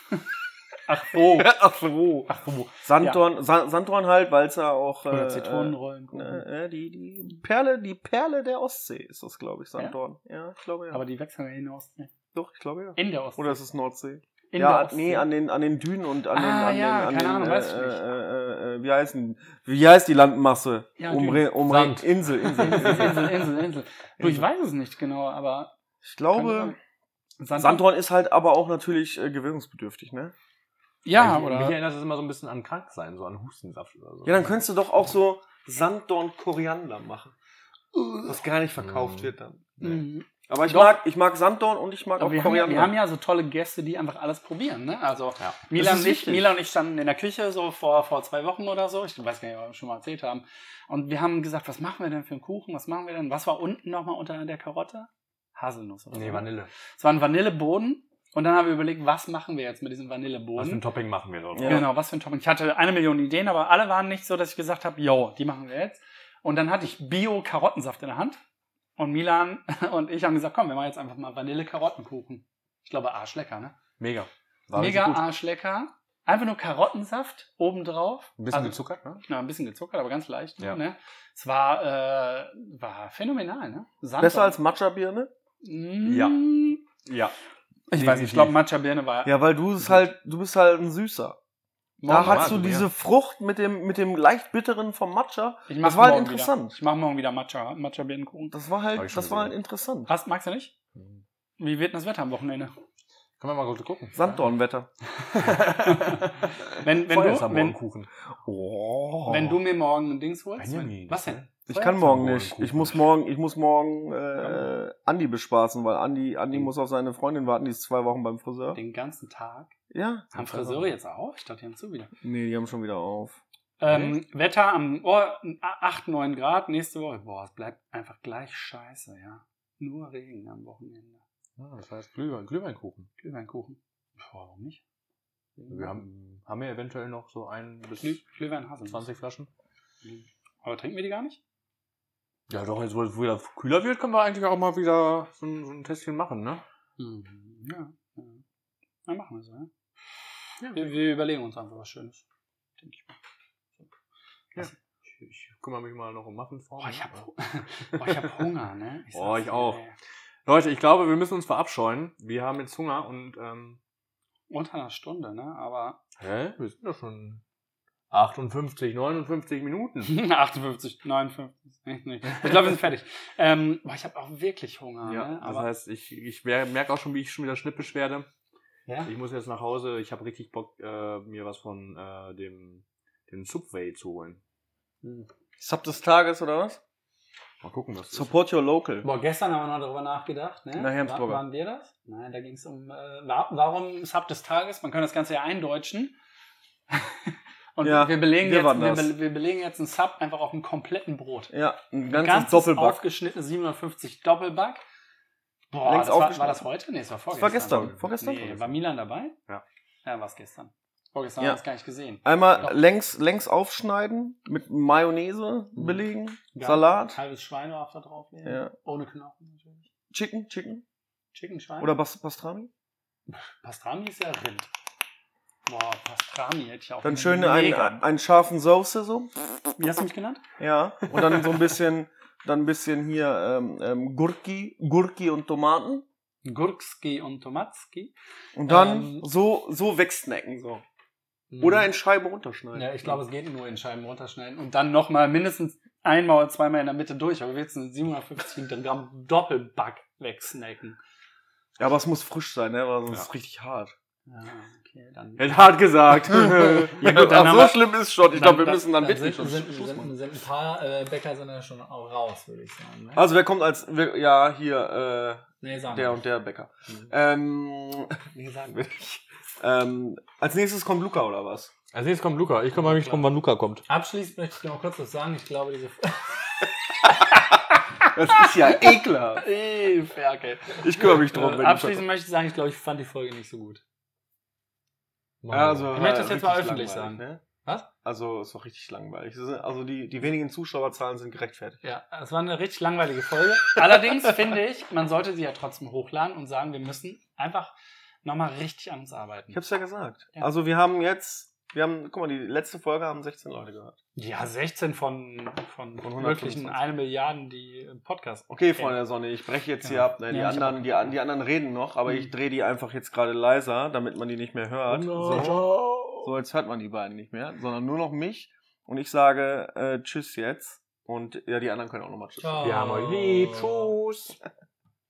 S3: Ach so.
S4: Ach so.
S3: Ach so.
S4: Sanddorn, Sa Sanddorn halt, weil es ja auch.
S3: Oder
S4: äh, Äh,
S3: Zitronenrollenkuchen.
S4: ne, äh, die, die Perle, die Perle der Ostsee ist das, glaube ich, Sanddorn. Ja, ich glaube ja.
S3: Aber die wechseln ja in der Ostsee.
S4: Doch, ich glaube ja.
S3: In der Ostsee.
S4: Oder ist es Nordsee?
S3: in
S4: ja,
S3: der Ostsee.
S4: nee, an den, an den Dünen und an
S3: Ah,
S4: den, an
S3: ja,
S4: den, an
S3: keine
S4: den,
S3: Ahnung,
S4: äh,
S3: weiß ich
S4: äh,
S3: nicht.
S4: äh, äh, wie heißen, wie heißt die Landmasse?
S3: Ja,
S4: Umre- umre-
S2: Sand.
S4: Insel, Insel,
S3: [LAUGHS] [LAUGHS] Insel,
S4: Insel.
S3: Insel, Insel, Insel. Du, ich weiß es nicht genau, aber.
S4: Ich glaube,
S3: Sand
S4: Sanddorn ist halt aber auch natürlich äh, gewöhnungsbedürftig, ne?
S3: Ja,
S2: ich, Mich
S3: oder?
S2: erinnert das immer so ein bisschen an Kranksein, so an Hustensaft oder so.
S4: Ja, dann könntest du doch auch so Sanddorn-Koriander machen. Was gar nicht verkauft
S2: Mhm.
S4: wird dann.
S2: Nee.
S3: Mhm.
S4: Aber ich
S3: Äh. Doch.
S4: mag, ich mag Sanddorn und ich mag
S3: Aber
S4: auch
S3: wir haben, ja,
S4: Koriander.
S3: wir haben ja so tolle Gäste, die einfach alles probieren. Ne? Also
S2: Ja.
S3: Mila
S4: Das
S3: und,
S4: ist
S3: ich,
S4: wichtig.
S3: Mila und ich standen in der Küche so vor, vor zwei Wochen oder so. Ich weiß gar nicht, ob wir das schon mal erzählt haben. Und wir haben gesagt, was machen wir denn für einen Kuchen? Was machen wir denn? Was war unten nochmal unter der Karotte? Haselnuss oder so.
S2: Nee, Vanille.
S3: Es war ein Vanilleboden. Und dann haben wir überlegt, was machen wir jetzt mit diesem
S2: Was für ein
S3: Vanilleboden?
S2: Topping machen wir dort?
S4: Ja.
S3: Genau, was für ein Topping. Ich hatte eine Million Ideen, aber alle waren nicht so, dass ich gesagt habe, yo, die machen wir jetzt. Und dann hatte ich Bio-Karottensaft in der Hand. Und Milan [LAUGHS] und ich haben gesagt, komm, wir machen jetzt einfach mal Vanille-Karottenkuchen. Ich glaube, arschlecker, ne?
S1: Mega.
S3: Mega
S1: richtig gut.
S3: arschlecker. Einfach nur Karottensaft obendrauf.
S1: Ein bisschen
S3: Also,
S1: gezuckert, ne?
S3: Na, ein bisschen gezuckert, aber ganz leicht.
S1: Ja.
S3: Ne? Es war, äh, war phänomenal, ne? Sanddorn.
S4: Besser als Matcha-Birne?
S3: Ja.
S1: Ja.
S3: Ich weiß nicht, ich glaube, Matcha-Birne war
S4: Ja, weil du bist halt, du bist halt ein Süßer. Da
S3: Morgen
S4: hast du
S1: warten wir.
S4: diese Frucht mit dem, mit dem leicht bitteren vom Matcha.
S3: Ich mach
S4: Das war halt
S3: morgen
S4: interessant.
S3: Wieder. Ich mache morgen wieder Matcha, Matcha Birnenkuchen.
S4: Das war
S2: Hab
S4: halt,
S2: ich schon
S4: das war halt
S2: gesehen.
S4: interessant.
S3: Hast, magst du nicht? Wie wird denn das Wetter am Wochenende?
S1: Können wir mal kurz gucken.
S2: [LAUGHS]
S4: Sanddornwetter.
S3: Wenn, wenn,
S2: Feuer
S3: du,
S2: ist am
S3: wenn,
S2: Morgenkuchen.
S4: Oh.
S3: wenn du mir morgen ein Dings holst.
S2: Benjamin.
S3: Wenn, was denn?
S4: ich
S3: Feuer
S4: kann
S3: ist
S4: morgen
S2: Sanddorn
S4: nicht.
S2: gucken.
S4: Ich muss morgen, ich muss morgen äh, Andi bespaßen, weil Andi, Andi muss auf seine Freundin warten, die ist zwei Wochen beim Friseur.
S3: Den ganzen Tag.
S4: Ja?
S3: Haben Friseure jetzt auch? Ich dachte, die haben zu wieder.
S4: Nee, die haben schon wieder auf.
S3: Ähm,
S2: Mhm.
S3: Wetter am oh, 8, 9 Grad nächste Woche. Boah, es bleibt einfach gleich scheiße, ja. Nur Regen am Wochenende.
S1: Ah, das heißt Glühwein, Glühweinkuchen.
S3: Glühweinkuchen. Boah, warum nicht?
S2: Wir haben, haben wir eventuell noch so ein bis
S3: Glüh, Glühwein Haselnuss.
S2: 20 Flaschen.
S3: Aber trinken wir die gar nicht?
S2: Ja, doch, jetzt, wo es wieder kühler wird, können wir eigentlich auch mal wieder so ein, so ein Testchen machen, ne?
S3: Mhm. Ja. ja. Dann machen wir so, ja. Wir, wir überlegen uns einfach was Schönes. Denke ich mal.
S2: Ich, ich kümmere mich mal noch um Muffinform.
S3: Boah, ich hab, boah, ich hab Hunger, ne?
S2: Boah,
S3: sag's
S2: ich
S3: dir,
S2: auch.
S3: ey.
S2: Leute, ich glaube, wir müssen uns verabscheuen. Wir haben jetzt Hunger und, ähm,
S3: Unter einer Stunde, ne? Aber
S2: hä? Wir sind doch schon 58, 59 Minuten.
S3: [LAUGHS] 58, 59, nicht, nicht. Ich glaube, wir sind fertig. Ähm, boah, ich hab auch wirklich Hunger,
S2: Ja,
S3: ne?
S2: das
S3: Aber
S2: heißt, ich, ich merke auch schon, wie ich schon wieder schnippisch werde.
S3: ja?
S2: Ich muss jetzt nach Hause. Also, Ich habe richtig Bock, äh, mir was von äh, dem, dem Subway zu holen.
S4: Sub des Tages oder was?
S1: Mal gucken, was das ist.
S4: Support your local.
S3: Boah, gestern haben wir noch darüber nachgedacht, ne?
S4: Na, Hermsburger.
S3: Wa- Waren wir das? Nein, da ging es um, äh, wa- warum Sub des Tages? Man kann das Ganze ja eindeutschen. [LAUGHS] Und
S4: Ja,
S3: wir, belegen
S4: wir
S3: jetzt,
S4: waren
S3: wir,
S4: das.
S3: be- wir belegen jetzt einen Sub einfach auf einem kompletten Brot.
S4: Ja, ein
S3: Ein
S4: ganzes, Doppelback.
S3: aufgeschnittenes 750 Doppelback. Boah,
S4: Längst
S3: das war,
S4: aufgeschnitten.
S3: war das heute? Nee, es war
S4: Das
S3: vorgestern.
S4: war gestern. Vorgestern?
S3: Nee, war Milan dabei?
S1: Ja.
S3: Ja, war es gestern. Vorgestern
S4: Ja.
S3: haben wir es gar nicht gesehen.
S4: Einmal
S3: Ja.
S4: längs, längs aufschneiden, mit Mayonnaise
S3: Mhm.
S4: belegen,
S3: Gar-
S4: Salat,
S3: Halbes Schwein darf da drauf nehmen.
S4: ja.
S3: Ohne Knochen natürlich.
S4: Chicken, Chicken
S3: Chicken Schwein.
S4: oder Bas- Pastrami.
S3: Pastrami ist ja Rind. Boah, Pastrami hätte ich auch.
S4: Dann schön einen,
S3: mega.
S4: einen scharfen Soße so.
S3: Wie hast du mich genannt?
S4: Ja, und dann so ein bisschen, dann ein bisschen hier ähm, ähm, Gurki, Gurki und Tomaten.
S3: Gurkski und Tomatski.
S4: Und dann
S3: Ähm, Mhm.
S4: so, so wegsnacken. So. Oder in Scheiben runterschneiden.
S3: Ja, ich glaube, es geht nur in Scheiben runterschneiden und dann nochmal mindestens einmal oder zweimal in der Mitte durch. Aber wir jetzt einen 750 Gramm Doppelback wegsnacken.
S4: Ja, aber es muss frisch sein, ne? weil sonst ist es richtig hart. [LAUGHS]
S3: Ja, Ah, okay, dann.
S1: Hätte hart gesagt.
S3: [LAUGHS]
S4: [LAUGHS]
S3: Ja, gut, dann haben
S4: Ach, so
S3: wir-
S4: schlimm ist schon. Ich
S3: dann-
S4: glaube, wir müssen dann
S3: sind,
S4: wirklich schon
S3: sind, sind,
S4: Schluss machen.
S3: sind, sind ein paar äh, Bäcker sind ja schon auch raus, würde ich sagen. Ne?
S4: Also wer kommt als, wer, ja, hier,
S3: nee,
S4: äh,
S3: sagen
S4: der
S3: wir
S4: und der Bäcker.
S3: nicht.
S4: Ähm, [LAUGHS]
S3: Nee, sagen wir.
S4: will ich. ähm, als nächstes kommt Luca oder was?
S2: Also
S1: Als nächstes kommt Luca. Ich kümmere mich drum, wann Luca kommt.
S3: Abschließend möchte ich noch kurz was sagen. Ich glaube, diese
S4: Das ist ja ekelhaft.
S3: Ey, Ferkel.
S4: Ich kümmere mich drum.
S3: Äh,
S4: wenn ich-
S3: abschließend möchte ich sagen, ich glaube, ich fand die Folge nicht so gut.
S4: Ja, also,
S3: Ich möchte das
S4: äh,
S3: jetzt mal
S4: richtig
S3: öffentlich
S4: langweilig,
S3: sagen.
S4: Ne?
S3: Was?
S4: Also, ist doch richtig langweilig. Es ist- Also, die, die wenigen Zuschauerzahlen sind gerechtfertigt.
S3: Ja, es war eine richtig langweilige Folge. Allerdings finde ich, man sollte sie ja trotzdem hochladen und sagen, wir müssen einfach nochmal richtig an uns arbeiten.
S4: Ich hab's ja gesagt.
S3: Ja.
S4: Also, wir haben jetzt, wir haben, guck mal, die letzte Folge haben 16 Leute gehört.
S3: Ja, 16 von, von,
S4: Von
S3: möglichen
S4: 125.
S3: eine Milliarden, die Podcast.
S4: Okay, Freunde der Sonne, ich breche jetzt hier
S3: Ja.
S4: ab. Ne? Die,
S3: Genau. Ja, ich hab
S4: anderen, die, an- die anderen reden noch, aber
S3: Mhm.
S4: ich drehe die einfach jetzt gerade leiser, damit man die nicht mehr hört. So, so, jetzt hört man die beiden nicht mehr, sondern nur noch mich. Und ich
S3: Oh.
S4: sage äh, Tschüss jetzt. Und ja, die anderen können auch nochmal Tschüss sagen.
S1: Wir haben euch lieb. Tschüss.